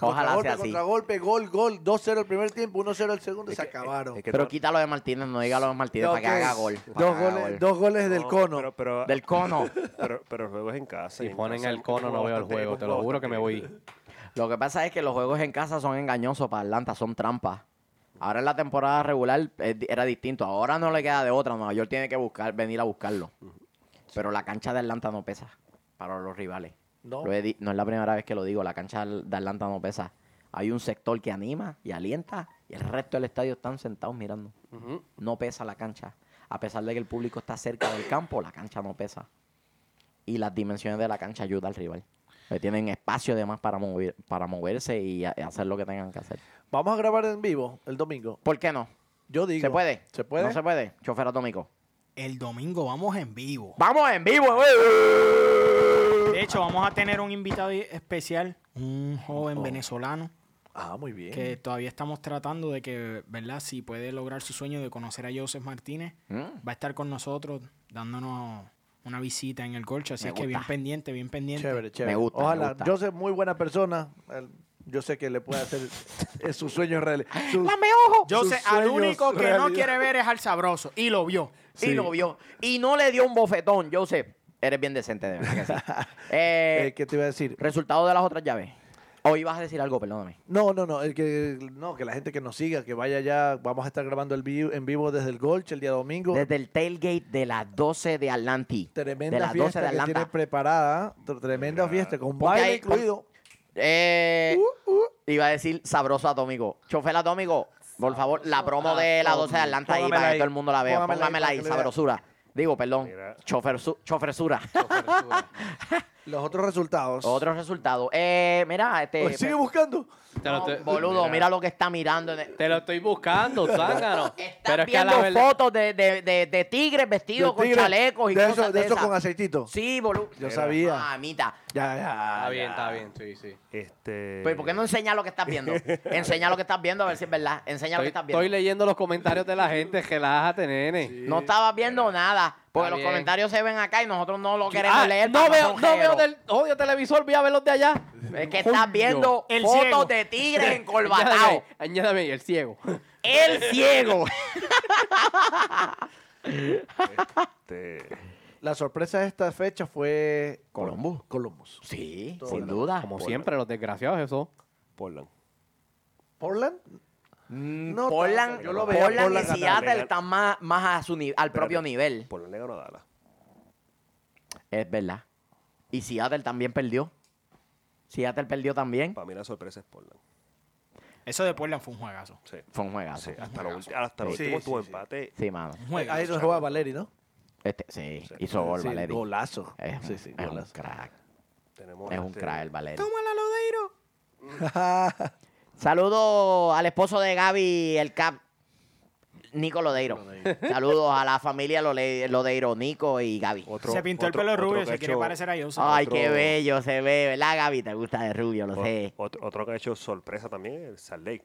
Speaker 1: Ojalá
Speaker 3: Contragolpe,
Speaker 1: sea así.
Speaker 3: Contragolpe, gol, gol. 2-0 el primer tiempo, 1-0 el segundo. y se
Speaker 1: eh,
Speaker 3: acabaron.
Speaker 5: Es que
Speaker 1: Pero
Speaker 5: no-
Speaker 1: quítalo de Martínez, no diga lo de Martínez para que
Speaker 3: Ok.
Speaker 1: haga gol. para
Speaker 3: Dos
Speaker 1: que haga
Speaker 3: goles,
Speaker 1: gol.
Speaker 3: dos goles del
Speaker 5: no,
Speaker 3: cono.
Speaker 5: Pero, pero,
Speaker 1: Del cono.
Speaker 5: pero, pero el juego es en casa.
Speaker 2: Si
Speaker 5: y en
Speaker 2: ponen
Speaker 5: casa
Speaker 2: el
Speaker 5: hemos
Speaker 2: cono no
Speaker 5: jugado
Speaker 2: veo el
Speaker 5: bastante-
Speaker 2: juego,
Speaker 5: hemos
Speaker 2: te lo
Speaker 5: jugado
Speaker 2: juro que me
Speaker 5: bastante
Speaker 2: voy.
Speaker 1: Lo que pasa es que los juegos en casa son engañosos para Atlanta, son trampas. Ahora en la temporada regular eh, di- era distinto. Ahora no le queda de otra. Nueva York tiene que buscar, venir a buscarlo. Pero la cancha de Atlanta no pesa para los rivales.
Speaker 3: No.
Speaker 1: Lo he di- no es la primera vez que lo digo. La cancha de de Atlanta no pesa. Hay un sector que anima y alienta y el resto del estadio están sentados mirando. No pesa la cancha. A pesar de que el público está cerca del campo, la cancha no pesa. Y las dimensiones de la cancha ayudan al rival. Que tienen espacio de más para, mover, para moverse y a- hacer lo que tengan que hacer.
Speaker 3: Vamos a grabar en vivo el domingo.
Speaker 1: ¿Por qué no?
Speaker 3: Yo digo.
Speaker 1: ¿Se puede?
Speaker 3: ¿Se puede?
Speaker 1: ¿No se puede? Chofer atómico.
Speaker 4: El domingo vamos en vivo.
Speaker 1: ¡Vamos en vivo! ¡Eh! güey!
Speaker 4: De hecho, vamos a tener un invitado especial, un
Speaker 1: Oh.
Speaker 4: joven venezolano,
Speaker 3: Ah, muy bien.
Speaker 4: que todavía estamos tratando de que, ¿verdad? Si puede lograr su sueño de conocer a Joseph Martínez,
Speaker 1: Mm.
Speaker 4: va a estar con nosotros dándonos una visita en el colcho. Así
Speaker 1: Me
Speaker 4: es que bien
Speaker 1: gusta.
Speaker 4: pendiente, bien pendiente.
Speaker 3: Chévere, chévere.
Speaker 1: Me gusta, me
Speaker 3: Ojalá.
Speaker 1: gusta.
Speaker 3: Yo sé muy buena persona. El- Yo sé que le puede hacer es su sueño real. Su-
Speaker 4: Yo
Speaker 3: Sus
Speaker 4: sé, al
Speaker 3: sueños,
Speaker 4: único que no
Speaker 3: realidad.
Speaker 4: quiere ver es al sabroso. Y lo vio.
Speaker 1: Y lo vio. Y no le dio un bofetón, Joseph. Eres bien decente, de verdad que sí. Eh,
Speaker 3: eh, ¿Qué te iba a decir?
Speaker 1: Resultado de las otras llaves. Hoy vas a decir algo, perdóname.
Speaker 3: No, no, no, el que no, que la gente que nos siga, que vaya allá, vamos a estar grabando el vivo, en vivo desde el Golch el día domingo.
Speaker 1: Desde el tailgate de las 12 de Atlanti.
Speaker 3: tremenda
Speaker 1: de las 12
Speaker 3: fiesta
Speaker 1: de
Speaker 3: que tiene
Speaker 1: Atlanta.
Speaker 3: preparada, tr- tremenda fiesta con
Speaker 1: Ponte
Speaker 3: baile
Speaker 1: ahí, pon-
Speaker 3: incluido.
Speaker 1: Eh,
Speaker 3: Uh,
Speaker 1: Iba a decir sabroso atómico. Chofer atómico, por favor, la promo de las 12 de Atlanta ahí
Speaker 3: Póngamela
Speaker 1: para que
Speaker 3: ahí.
Speaker 1: todo el mundo la vea.
Speaker 3: Póngamela ahí
Speaker 1: Póngamela
Speaker 3: para
Speaker 1: ahí,
Speaker 3: que le vea.
Speaker 1: sabrosura. Digo, perdón,
Speaker 5: Mira.
Speaker 1: chofersu- chofersura.
Speaker 3: Los otros resultados.
Speaker 1: Otros resultados. Eh, mira, este...
Speaker 3: Oh, sigue buscando.
Speaker 2: Te lo estoy-
Speaker 1: boludo, mira. lo que está mirando. en el-
Speaker 2: Te lo estoy buscando, zángano.
Speaker 1: Están
Speaker 2: Pero es que a
Speaker 1: viendo
Speaker 2: la verdad.
Speaker 1: fotos de, de, de- de tigres vestidos
Speaker 3: De
Speaker 1: con
Speaker 3: tigre,
Speaker 1: chalecos y
Speaker 3: de
Speaker 1: cosas
Speaker 3: eso, de
Speaker 1: de
Speaker 3: eso
Speaker 1: esas.
Speaker 3: con aceitito.
Speaker 1: Sí, boludo.
Speaker 3: Yo sabía.
Speaker 1: Mamita.
Speaker 3: Ya, ya.
Speaker 2: Está bien, está bien, sí, sí.
Speaker 5: Este...
Speaker 1: Pero pues, ¿por qué no
Speaker 2: Eh.
Speaker 1: enseñas lo que estás viendo? Enseña lo que estás viendo a ver si es verdad. Enseña lo
Speaker 2: Estoy,
Speaker 1: que estás
Speaker 2: estoy
Speaker 1: viendo.
Speaker 2: leyendo los comentarios de la gente, relájate, nene.
Speaker 1: No estabas viendo nada. Porque los
Speaker 2: bien.
Speaker 1: comentarios se ven acá y nosotros no lo queremos
Speaker 2: Ah,
Speaker 1: leer.
Speaker 2: no
Speaker 1: para
Speaker 2: veo, no
Speaker 1: sonjeros.
Speaker 2: veo del odio televisor, voy a ver los de allá.
Speaker 1: Es que estás viendo
Speaker 4: El
Speaker 1: fotos
Speaker 4: ciego.
Speaker 1: de tigres encolbatados.
Speaker 2: Añádame, añádame ahí, el ciego.
Speaker 1: El ciego.
Speaker 5: Este,
Speaker 3: La sorpresa de esta fecha fue
Speaker 1: Columbus.
Speaker 3: Columbus.
Speaker 1: Sí,
Speaker 3: Todo
Speaker 1: sin
Speaker 3: bien.
Speaker 1: duda.
Speaker 2: Como siempre, los desgraciados, eso.
Speaker 5: Portland.
Speaker 3: Portland.
Speaker 1: No,
Speaker 3: tanto,
Speaker 1: Portland,
Speaker 3: yo lo veía
Speaker 1: Portland
Speaker 3: Portland
Speaker 1: y
Speaker 3: ganando.
Speaker 1: Seattle
Speaker 5: Legal.
Speaker 1: están más, más a su ni- al propio
Speaker 5: Espérate.
Speaker 1: nivel.
Speaker 5: Portland le ganó a Dallas.
Speaker 1: Es verdad. Y Seattle también perdió. Seattle perdió también.
Speaker 5: Para mí la sorpresa es Portland.
Speaker 4: Eso de Portland fue un juegazo.
Speaker 5: Sí.
Speaker 1: Fue un juegazo.
Speaker 5: Sí,
Speaker 1: Sí,
Speaker 5: hasta lo, ulti- hasta lo
Speaker 3: Sí,
Speaker 5: último
Speaker 3: sí,
Speaker 5: tuvo
Speaker 3: sí.
Speaker 5: empate.
Speaker 1: mano.
Speaker 4: Un juegazo.
Speaker 3: Ahí nos juega Valeri, ¿no?
Speaker 1: Este, sí, hizo gol,
Speaker 3: Sí,
Speaker 1: Valeri.
Speaker 3: Golazo.
Speaker 1: Es, un-
Speaker 3: sí, sí,
Speaker 1: es un
Speaker 3: golazo.
Speaker 1: crack.
Speaker 5: Tenemos
Speaker 1: Es un
Speaker 5: este,
Speaker 1: crack el Valeri.
Speaker 4: Tómala, Lodeiro.
Speaker 3: Ah,
Speaker 1: Saludos al esposo de Gaby, el Cap, Nico Lodeiro. Saludos a la familia Lole- Lodeiro, Nico y Gaby.
Speaker 5: otro-
Speaker 4: se pintó
Speaker 5: otro-
Speaker 4: el pelo
Speaker 5: otro
Speaker 4: rubio,
Speaker 5: que
Speaker 4: se
Speaker 5: ha
Speaker 4: quiere
Speaker 5: hecho-
Speaker 4: parecer a Joseph.
Speaker 1: Ay,
Speaker 5: otro-
Speaker 1: qué bello se ve, ¿verdad, Gaby? Te gusta de rubio, lo
Speaker 5: o-
Speaker 1: sé.
Speaker 5: Otro, otro que ha hecho sorpresa también, el Salt Lake.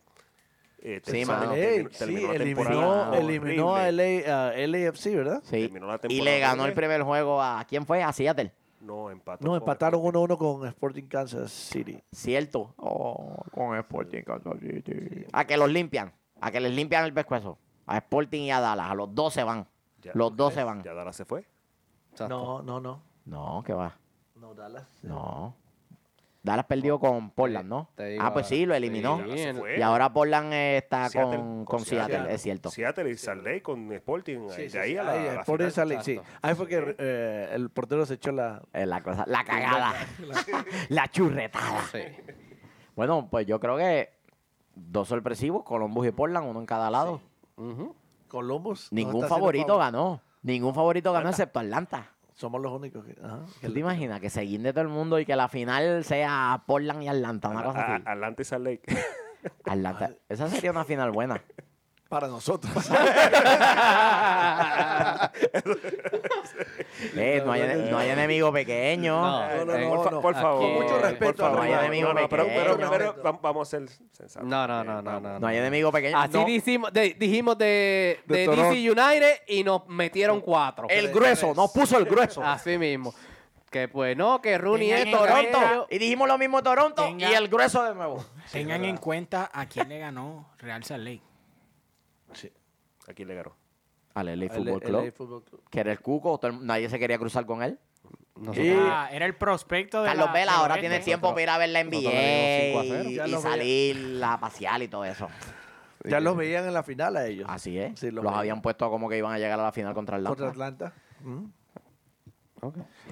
Speaker 5: Eh,
Speaker 1: Sí,
Speaker 5: terminó-
Speaker 1: mano.
Speaker 3: Ey,
Speaker 5: terminó-
Speaker 3: sí,
Speaker 5: terminó la
Speaker 3: eliminó,
Speaker 5: temporada
Speaker 3: eliminó a,
Speaker 5: horrible.
Speaker 3: LA, a LAFC, ¿verdad?
Speaker 1: Sí.
Speaker 5: Terminó la
Speaker 1: Y
Speaker 5: temporada
Speaker 1: le ganó el
Speaker 5: horrible.
Speaker 1: primer juego a ¿quién fue? A Seattle.
Speaker 5: No, empató.
Speaker 3: No,
Speaker 5: con-
Speaker 3: empataron 1-1 con Sporting Kansas City.
Speaker 1: Cierto. Oh, con Sporting A que los limpian. A que les limpian el pescuezo. A Sporting y a Dallas. A los dos se van.
Speaker 5: Ya-
Speaker 1: los dos se van.
Speaker 5: Ya Dallas se fue.
Speaker 2: Ah,
Speaker 3: No, no, no.
Speaker 1: No, que va.
Speaker 3: No, Dallas.
Speaker 1: No. Dallas perdió con Portland, ¿no?
Speaker 2: Te digo
Speaker 1: ah, pues sí, lo eliminó.
Speaker 2: Sí,
Speaker 5: Dallas se
Speaker 2: el-
Speaker 5: fue.
Speaker 1: Y ahora Portland eh, está
Speaker 5: Seattle,
Speaker 1: con,
Speaker 5: con
Speaker 1: con Seattle,
Speaker 5: Seattle.
Speaker 1: es cierto.
Speaker 5: Seattle y Salt Lake con Sporting.
Speaker 3: Sí,
Speaker 5: de
Speaker 3: sí,
Speaker 5: ahí
Speaker 3: sí.
Speaker 5: a la,
Speaker 3: Ahí,
Speaker 5: a la
Speaker 3: Sporting
Speaker 5: final.
Speaker 3: Salt Lake, sí.
Speaker 2: Exacto.
Speaker 3: Ahí fue que eh, el portero se echó la...
Speaker 1: Es Eh, la cosa. La cagada. la churretada.
Speaker 2: Sí.
Speaker 1: Bueno, pues yo creo que dos sorpresivos, Columbus y Portland, uno en cada lado.
Speaker 2: Ujú.
Speaker 3: Columbus. nos
Speaker 1: Ningún
Speaker 3: está haciendo
Speaker 1: favorito
Speaker 3: favor.
Speaker 1: ganó. Ningún favorito ganó excepto Atlanta.
Speaker 3: Somos los únicos que. Ajá, que
Speaker 1: ¿Tú te
Speaker 3: le-
Speaker 1: imaginas que se guinde todo el mundo y que la final sea Portland y Atlanta? Una cosa
Speaker 5: A-
Speaker 1: así.
Speaker 5: Atlanta y Salt Lake.
Speaker 1: Atlanta. Esa sería una final buena.
Speaker 3: Para nosotros.
Speaker 1: Eh, no, hay, no hay enemigo pequeño.
Speaker 2: No,
Speaker 3: No, no,
Speaker 2: eh,
Speaker 3: no,
Speaker 5: por, fa-
Speaker 3: no.
Speaker 5: por favor.
Speaker 2: Con mucho
Speaker 5: por
Speaker 3: respeto
Speaker 5: favor.
Speaker 3: al
Speaker 1: Ryan Amigo
Speaker 5: No, no, pero,
Speaker 1: Pequeño.
Speaker 5: pero primero vam- vamos a ser sensatos.
Speaker 2: No, no,
Speaker 5: Eh,
Speaker 2: no, no,
Speaker 5: vamos.
Speaker 2: no,
Speaker 1: No hay enemigo pequeño.
Speaker 2: Así
Speaker 1: No.
Speaker 2: dijimos, de- dijimos de,
Speaker 7: De
Speaker 2: de
Speaker 7: Toronto.
Speaker 2: DC United y nos metieron cuatro.
Speaker 1: El grueso, nos puso el grueso.
Speaker 2: Así mismo. Que pues no, que Rooney
Speaker 4: Tengan
Speaker 2: es
Speaker 4: en
Speaker 2: Toronto.
Speaker 4: cabeza-
Speaker 1: Toronto. Y dijimos lo mismo Toronto
Speaker 4: Tenga-
Speaker 1: y el grueso de nuevo.
Speaker 4: Tengan en cuenta a quién le ganó Real Salt Lake.
Speaker 5: ¿A quién le ganó?
Speaker 1: Al LA
Speaker 3: LA
Speaker 1: Football Club.
Speaker 3: Fútbol Club.
Speaker 1: Que era el cuco. todo el- nadie se quería cruzar con él.
Speaker 2: Nosotros-
Speaker 4: Ah, era el prospecto de
Speaker 1: Carlos
Speaker 4: la-
Speaker 1: Vela
Speaker 4: del
Speaker 1: ahora
Speaker 4: oeste.
Speaker 1: tiene tiempo para ir a ver la
Speaker 2: nosotros le dimos cinco a
Speaker 1: NBA
Speaker 2: cero.
Speaker 1: y,
Speaker 3: Ya
Speaker 1: y
Speaker 3: lo veía.
Speaker 1: salir a pasear y todo eso.
Speaker 3: Ya los veían en la final a ellos.
Speaker 1: Así es.
Speaker 3: Sí,
Speaker 1: los
Speaker 3: lo veo.
Speaker 1: habían puesto como que iban a llegar a la final contra Atlanta.
Speaker 3: Contra Atlanta. Mm.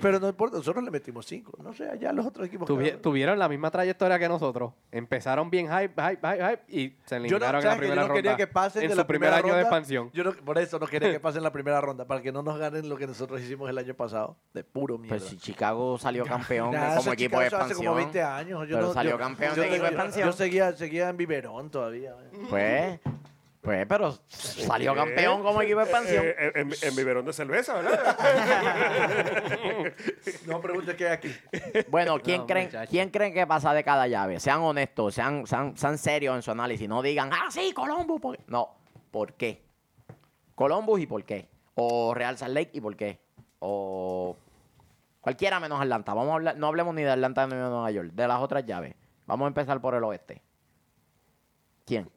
Speaker 3: Pero no importa, nosotros le metimos cinco. No sé, allá los otros equipos.
Speaker 2: Tuvi-
Speaker 3: quedaron.
Speaker 2: tuvieron la misma trayectoria que nosotros. Empezaron bien hype, hype, hype, hype y se
Speaker 3: Yo
Speaker 2: eliminaron
Speaker 3: no,
Speaker 2: en la
Speaker 3: ¿sabes que yo
Speaker 2: primera
Speaker 3: no
Speaker 2: ronda.
Speaker 3: quería que pasen
Speaker 2: en
Speaker 3: de
Speaker 2: su
Speaker 3: la
Speaker 2: primer año de
Speaker 3: ronda?
Speaker 2: expansión.
Speaker 3: Yo no- por eso no quería que pasen la primera ronda, para que no nos ganen lo que nosotros hicimos el año pasado. De puro mierda.
Speaker 1: Pero si Chicago salió campeón
Speaker 3: Nada,
Speaker 1: Pues como
Speaker 3: ese
Speaker 1: equipo de
Speaker 3: Chicago
Speaker 1: expansión.
Speaker 3: Hace como 20 años. Yo
Speaker 1: Pero
Speaker 3: no,
Speaker 1: salió
Speaker 3: yo-
Speaker 1: campeón
Speaker 3: yo
Speaker 1: de equipo de
Speaker 3: seguía-
Speaker 1: expansión.
Speaker 3: Yo seguía, seguía en biberón todavía.
Speaker 1: Pues, pues, pero salió
Speaker 5: Eh,
Speaker 1: campeón como equipo de expansión.
Speaker 5: eh, eh, en, en biberón de cerveza, ¿verdad?
Speaker 3: No preguntes qué hay aquí.
Speaker 1: Bueno, ¿quién,
Speaker 2: No,
Speaker 1: creen,
Speaker 2: muchacho.
Speaker 1: ¿quién creen que pasa de cada llave? Sean honestos, sean, sean, sean serios en su análisis. No digan, ah, sí, Columbus. ¿por qué?". No, ¿por qué? Columbus y por qué. O Real Salt Lake y por qué. O cualquiera menos Atlanta. Vamos a hablar, no hablemos ni de Atlanta ni de Nueva York, de las otras llaves. Vamos a empezar por el oeste. ¿Quién?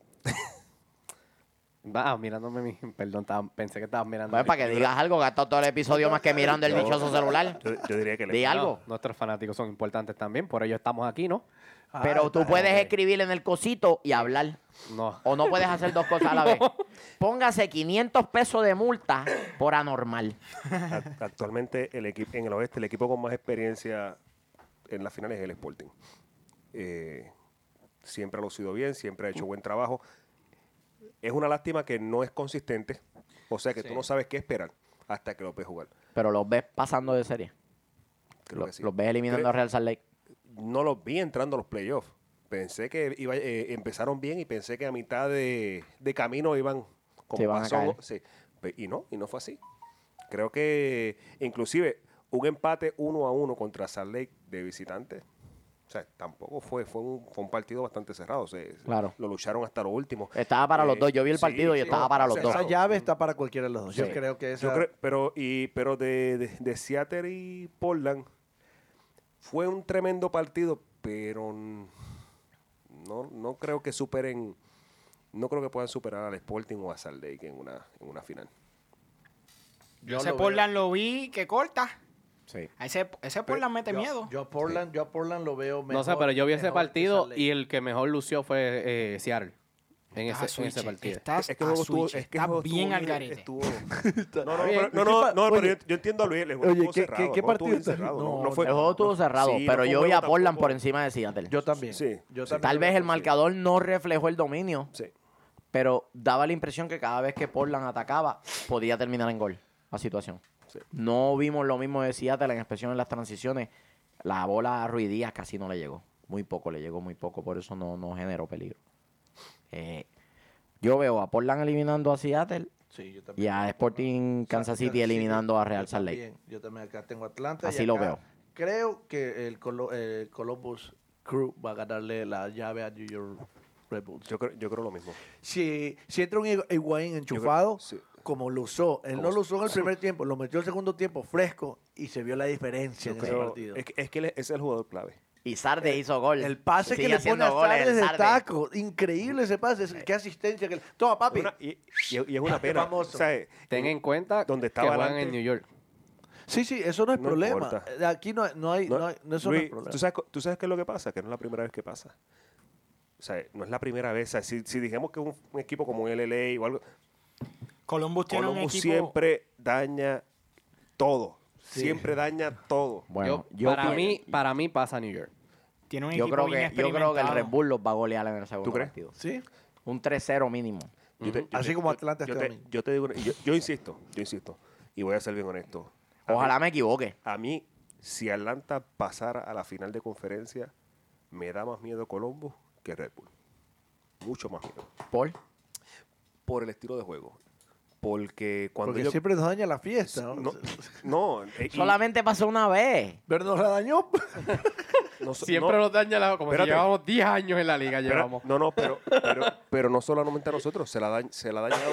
Speaker 2: Ah, mirándome mi... Perdón, estaba- pensé que estabas mirando.
Speaker 1: Bueno,
Speaker 2: mi-
Speaker 1: para que digas algo, gastó todo el episodio más que mirando el dichoso celular.
Speaker 5: Yo, yo diría que le
Speaker 1: Di algo.
Speaker 2: No, nuestros fanáticos son importantes también, por ello estamos aquí, ¿no?
Speaker 1: Pero tú
Speaker 3: está
Speaker 1: puedes escribir en el cosito y hablar.
Speaker 2: No.
Speaker 1: O no puedes hacer dos cosas a la vez. Póngase 500 pesos de multa por anormal.
Speaker 5: Act- Actualmente el equipo en el oeste, el equipo con más experiencia en las finales es el Sporting. Eh, siempre ha lucido bien, siempre ha hecho buen trabajo. Es una lástima que no es consistente, o sea que tú no sabes qué esperar hasta que lo ves jugar.
Speaker 1: Pero los ves pasando de serie.
Speaker 5: Creo
Speaker 1: Lo-
Speaker 5: que sí.
Speaker 1: Los ves eliminando
Speaker 5: Creo-
Speaker 1: a Real Salt Lake.
Speaker 5: No los vi entrando a los playoffs. Pensé que iba, eh, empezaron bien y pensé que a mitad de, de camino iban como
Speaker 1: Se iban a
Speaker 5: pasó-
Speaker 1: caer.
Speaker 5: sí. Pe- Y no, y no fue así. Creo que inclusive un empate uno a uno contra Salt Lake de visitante. O sea, tampoco fue, fue un, fue un partido bastante cerrado. se-
Speaker 1: Claro.
Speaker 5: Lo lucharon hasta lo último. Eh,
Speaker 1: Estaba para los dos. Yo vi el partido y estaba para los
Speaker 5: sí,
Speaker 1: dos.
Speaker 3: Esa
Speaker 5: claro.
Speaker 3: llave está para cualquiera de los dos.
Speaker 1: Sí.
Speaker 3: Yo creo que esa.
Speaker 5: Yo creo- pero y, pero de, de, de Seattle y Portland fue un tremendo partido, pero n- no, no creo que superen, no creo que puedan superar al Sporting o a Salt Lake en una, en una final.
Speaker 3: Yo
Speaker 4: ese
Speaker 3: lo
Speaker 4: Portland lo vi que corta.
Speaker 1: Sí.
Speaker 4: A Ese, ese Portland mete
Speaker 3: yo-
Speaker 4: miedo.
Speaker 3: Yo a Portland, yo a Portland lo veo mejor.
Speaker 2: no sé, pero yo vi ese
Speaker 3: mejor que
Speaker 2: partido
Speaker 3: Salt Lake.
Speaker 2: y el que mejor lució fue eh, Seattle en
Speaker 4: Estás a
Speaker 2: ese, en ese
Speaker 4: switch,
Speaker 2: partido.
Speaker 4: Estás
Speaker 5: Es que
Speaker 4: a
Speaker 5: el juego
Speaker 4: switch,
Speaker 5: estuvo- es que el
Speaker 4: estás
Speaker 5: juego estuvo
Speaker 4: bien al
Speaker 5: bien-
Speaker 4: garete.
Speaker 5: estuvo- No, no,
Speaker 2: bien.
Speaker 5: pero, no, no, no, pero
Speaker 3: Oye,
Speaker 5: yo, yo entiendo a Luis. El juego
Speaker 3: oye,
Speaker 5: estuvo
Speaker 3: ¿qué- qué-
Speaker 5: cerrado, el
Speaker 3: qué
Speaker 5: juego estuvo bien
Speaker 3: partido está-
Speaker 5: cerrado, no,
Speaker 3: no,
Speaker 5: no fue-
Speaker 1: el juego estuvo
Speaker 5: Pues, no,
Speaker 1: cerrado,
Speaker 5: sí, no
Speaker 1: pero
Speaker 5: fue
Speaker 1: yo
Speaker 5: un
Speaker 1: vi a
Speaker 5: juego
Speaker 1: Portland
Speaker 5: tampoco-
Speaker 1: por encima de Seattle.
Speaker 3: Yo también.
Speaker 5: Sí.
Speaker 3: Yo
Speaker 5: Sí.
Speaker 3: también
Speaker 1: Tal
Speaker 3: lo
Speaker 1: vez
Speaker 3: veo
Speaker 1: el
Speaker 3: así.
Speaker 1: marcador no reflejó el dominio,
Speaker 5: Sí.
Speaker 1: pero daba la impresión que cada vez que Portland atacaba, podía terminar en gol la situación.
Speaker 5: Sí.
Speaker 1: No vimos lo mismo de Seattle, en especial en las transiciones. La bola a Ruiz Díaz casi no le llegó. Muy poco, le llegó muy poco, por eso no, no generó peligro. Eh, yo veo a Portland eliminando a Seattle
Speaker 3: Sí, yo también.
Speaker 1: y a Sporting Kansas City eliminando a Real
Speaker 3: Yo
Speaker 1: Salt Lake.
Speaker 3: también, Yo también acá tengo Atlanta. y
Speaker 1: Así lo
Speaker 3: acá
Speaker 1: veo.
Speaker 3: Creo que el, Colo- el Columbus Crew va a ganarle la llave a New York Red Bulls.
Speaker 5: Yo creo, yo creo lo mismo.
Speaker 3: Si, si entra un Higu- Higuaín enchufado,
Speaker 5: sí.
Speaker 3: como lo usó, él no lo usó en el primer tiempo, lo metió el segundo tiempo fresco y se vio la diferencia
Speaker 5: Yo
Speaker 3: en
Speaker 5: creo-
Speaker 3: ese partido.
Speaker 5: es que, es que él es- es el jugador clave.
Speaker 1: Y Sardes hizo gol.
Speaker 3: Eh, El pase
Speaker 1: Sigue
Speaker 3: que le pone
Speaker 1: haciendo
Speaker 3: a
Speaker 1: goles
Speaker 3: Sardes de
Speaker 1: Sardes.
Speaker 3: taco. Increíble ese pase. es- Qué asistencia. Que le... Toma, papi.
Speaker 5: Una- y, y- y es una
Speaker 3: Qué
Speaker 5: pena.
Speaker 3: famoso.
Speaker 5: o sea, eh,
Speaker 2: Ten en cuenta
Speaker 5: Donde
Speaker 2: que
Speaker 5: estaba
Speaker 2: juegan
Speaker 5: antes.
Speaker 2: en New York.
Speaker 3: Sí, sí, eso no es
Speaker 5: No
Speaker 3: problema.
Speaker 5: importa.
Speaker 3: Eh, Aquí no, hay- no hay...
Speaker 5: No,
Speaker 3: No, hay- no, eso no
Speaker 5: Luis,
Speaker 3: es problema.
Speaker 5: ¿tú sabes, co- ¿tú sabes qué es lo que pasa? Que no es la primera vez que pasa. O sea, eh, no es la primera vez. O sea, si, si dijimos que un, un equipo como el LA o algo,
Speaker 4: Columbus tiene
Speaker 5: Columbus
Speaker 4: un equipo.
Speaker 5: siempre daña todo. Siempre daña todo.
Speaker 1: Bueno,
Speaker 2: Yo-
Speaker 1: yo
Speaker 2: para,
Speaker 1: pi-
Speaker 2: mí, para mí pasa New York.
Speaker 4: tiene un
Speaker 1: Yo
Speaker 4: equipo
Speaker 1: creo,
Speaker 4: bien
Speaker 1: que, yo creo que el
Speaker 4: experimentado.
Speaker 1: Red Bull los va a golear en el segundo
Speaker 5: ¿Tú crees?
Speaker 1: partido.
Speaker 3: ¿Sí?
Speaker 1: Un 3-0 mínimo.
Speaker 5: Yo te- yo
Speaker 3: Así
Speaker 5: te-
Speaker 3: como
Speaker 5: yo-
Speaker 3: Atlanta
Speaker 5: yo
Speaker 3: este
Speaker 5: te-
Speaker 3: domingo.
Speaker 5: Yo te digo, una- yo, yo insisto, yo insisto, y voy a ser bien honesto. A mí-
Speaker 1: Ojalá me equivoque.
Speaker 5: A mí, si Atlanta pasara a la final de conferencia, me da más miedo Colombo que Red Bull. Mucho más miedo.
Speaker 1: Paul.
Speaker 5: Por el estilo de juego. Porque cuando
Speaker 3: Porque
Speaker 5: yo...
Speaker 3: siempre nos daña la fiesta. ¿no?
Speaker 5: No, no, eh, y-
Speaker 1: Solamente pasó una vez.
Speaker 3: Pero nos la dañó.
Speaker 5: no so-
Speaker 2: Siempre
Speaker 5: no,
Speaker 2: nos daña la... Como
Speaker 5: Espérate.
Speaker 2: si llevamos 10 años en la liga,
Speaker 5: espera,
Speaker 2: llevamos.
Speaker 5: No, no, pero, pero, pero no solamente a nosotros, se la, da, se la ha dañado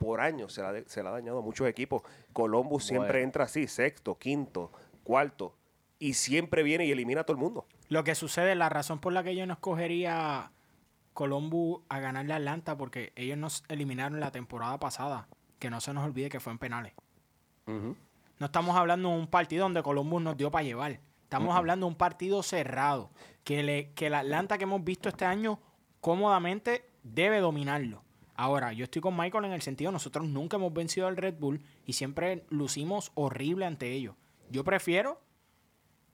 Speaker 5: por años, se la, de- se la ha dañado a muchos equipos. Columbus siempre
Speaker 1: Bueno.
Speaker 5: entra así, sexto, quinto, cuarto, y siempre viene y elimina a todo el mundo.
Speaker 4: Lo que sucede, la razón por la que yo no escogería Columbus a ganarle a Atlanta, porque ellos nos eliminaron la temporada pasada, que no se nos olvide que fue en penales. No estamos hablando de un partido donde Columbus nos dio para llevar. Estamos hablando de un partido cerrado, que, le, que el Atlanta que hemos visto este año cómodamente debe dominarlo. Ahora, yo estoy con Michael en el sentido, nosotros nunca hemos vencido al Red Bull y siempre lucimos horrible ante ellos. Yo prefiero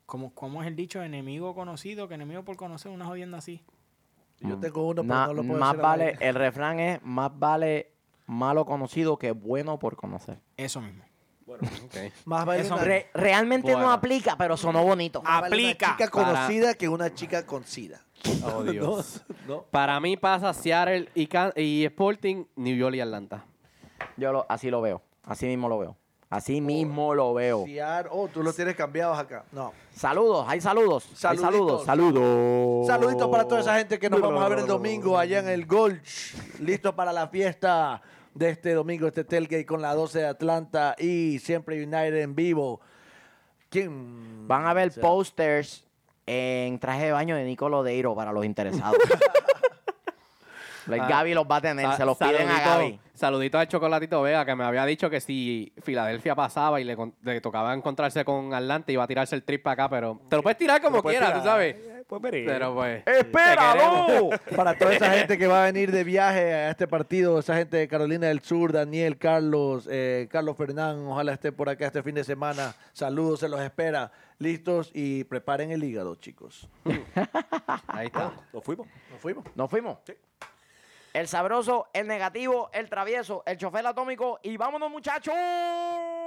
Speaker 4: como, como es el dicho, enemigo conocido que enemigo por conocer, una jodienda así.
Speaker 5: Mm.
Speaker 3: Yo tengo uno, pero
Speaker 1: Na-
Speaker 3: no lo puedo
Speaker 1: más
Speaker 3: decir al
Speaker 1: vale,
Speaker 3: aire.
Speaker 1: el refrán es más vale malo conocido que bueno por conocer.
Speaker 4: Eso mismo.
Speaker 3: Más vale
Speaker 4: Eso
Speaker 3: una,
Speaker 1: Re- realmente
Speaker 2: Bueno.
Speaker 1: no aplica, pero sonó bonito.
Speaker 4: Ah,
Speaker 3: más vale una
Speaker 4: aplica
Speaker 3: chica
Speaker 2: para-
Speaker 3: conocida que una chica con sida.
Speaker 2: Oh, Dios.
Speaker 3: ¿no?
Speaker 2: Para mí pasa Seattle y, Can- y Sporting, New York y Atlanta.
Speaker 1: Yo lo- así lo veo. Así mismo lo veo. Así
Speaker 3: Oh.
Speaker 1: mismo lo veo.
Speaker 3: Ciar- Oh, tú los tienes cambiados acá. No.
Speaker 1: Saludos, hay saludos. hay saludos,
Speaker 3: Saluditos.
Speaker 1: saludos.
Speaker 3: Saluditos para toda esa gente que nos vamos a ver el domingo allá en el Golch. Listo para la fiesta de este domingo, este tailgate con la 12 de Atlanta y siempre United en vivo. ¿Quién?
Speaker 1: Van a ver
Speaker 3: será?
Speaker 1: posters en traje de baño de Nicolo Deiro para los interesados. Like,
Speaker 2: Ah.
Speaker 1: Gaby los va a tener,
Speaker 2: Ah,
Speaker 1: se los piden a
Speaker 2: saludito-
Speaker 1: Gaby.
Speaker 2: Saludito a Chocolatito Vega, que me había dicho que si Filadelfia pasaba y le, con- le tocaba encontrarse con Atlanta, iba a tirarse el trip para acá, pero te lo puedes tirar como
Speaker 5: Lo puedes
Speaker 2: quieras, tú
Speaker 5: tirar.
Speaker 2: sabes.
Speaker 5: Eh, Pues veré.
Speaker 2: Pero pues...
Speaker 1: ¡Espéralo!
Speaker 3: Para toda esa gente que va a venir de viaje a este partido, esa gente de Carolina del Sur, Daniel, Carlos, eh, Carlos Fernán, ojalá esté por acá este fin de semana. Saludos, se los espera. Listos y preparen el hígado, chicos.
Speaker 2: Ahí está.
Speaker 5: Nos fuimos.
Speaker 3: Nos fuimos.
Speaker 1: Nos fuimos. El sabroso, el negativo, el travieso, el chofer atómico y vámonos muchachos.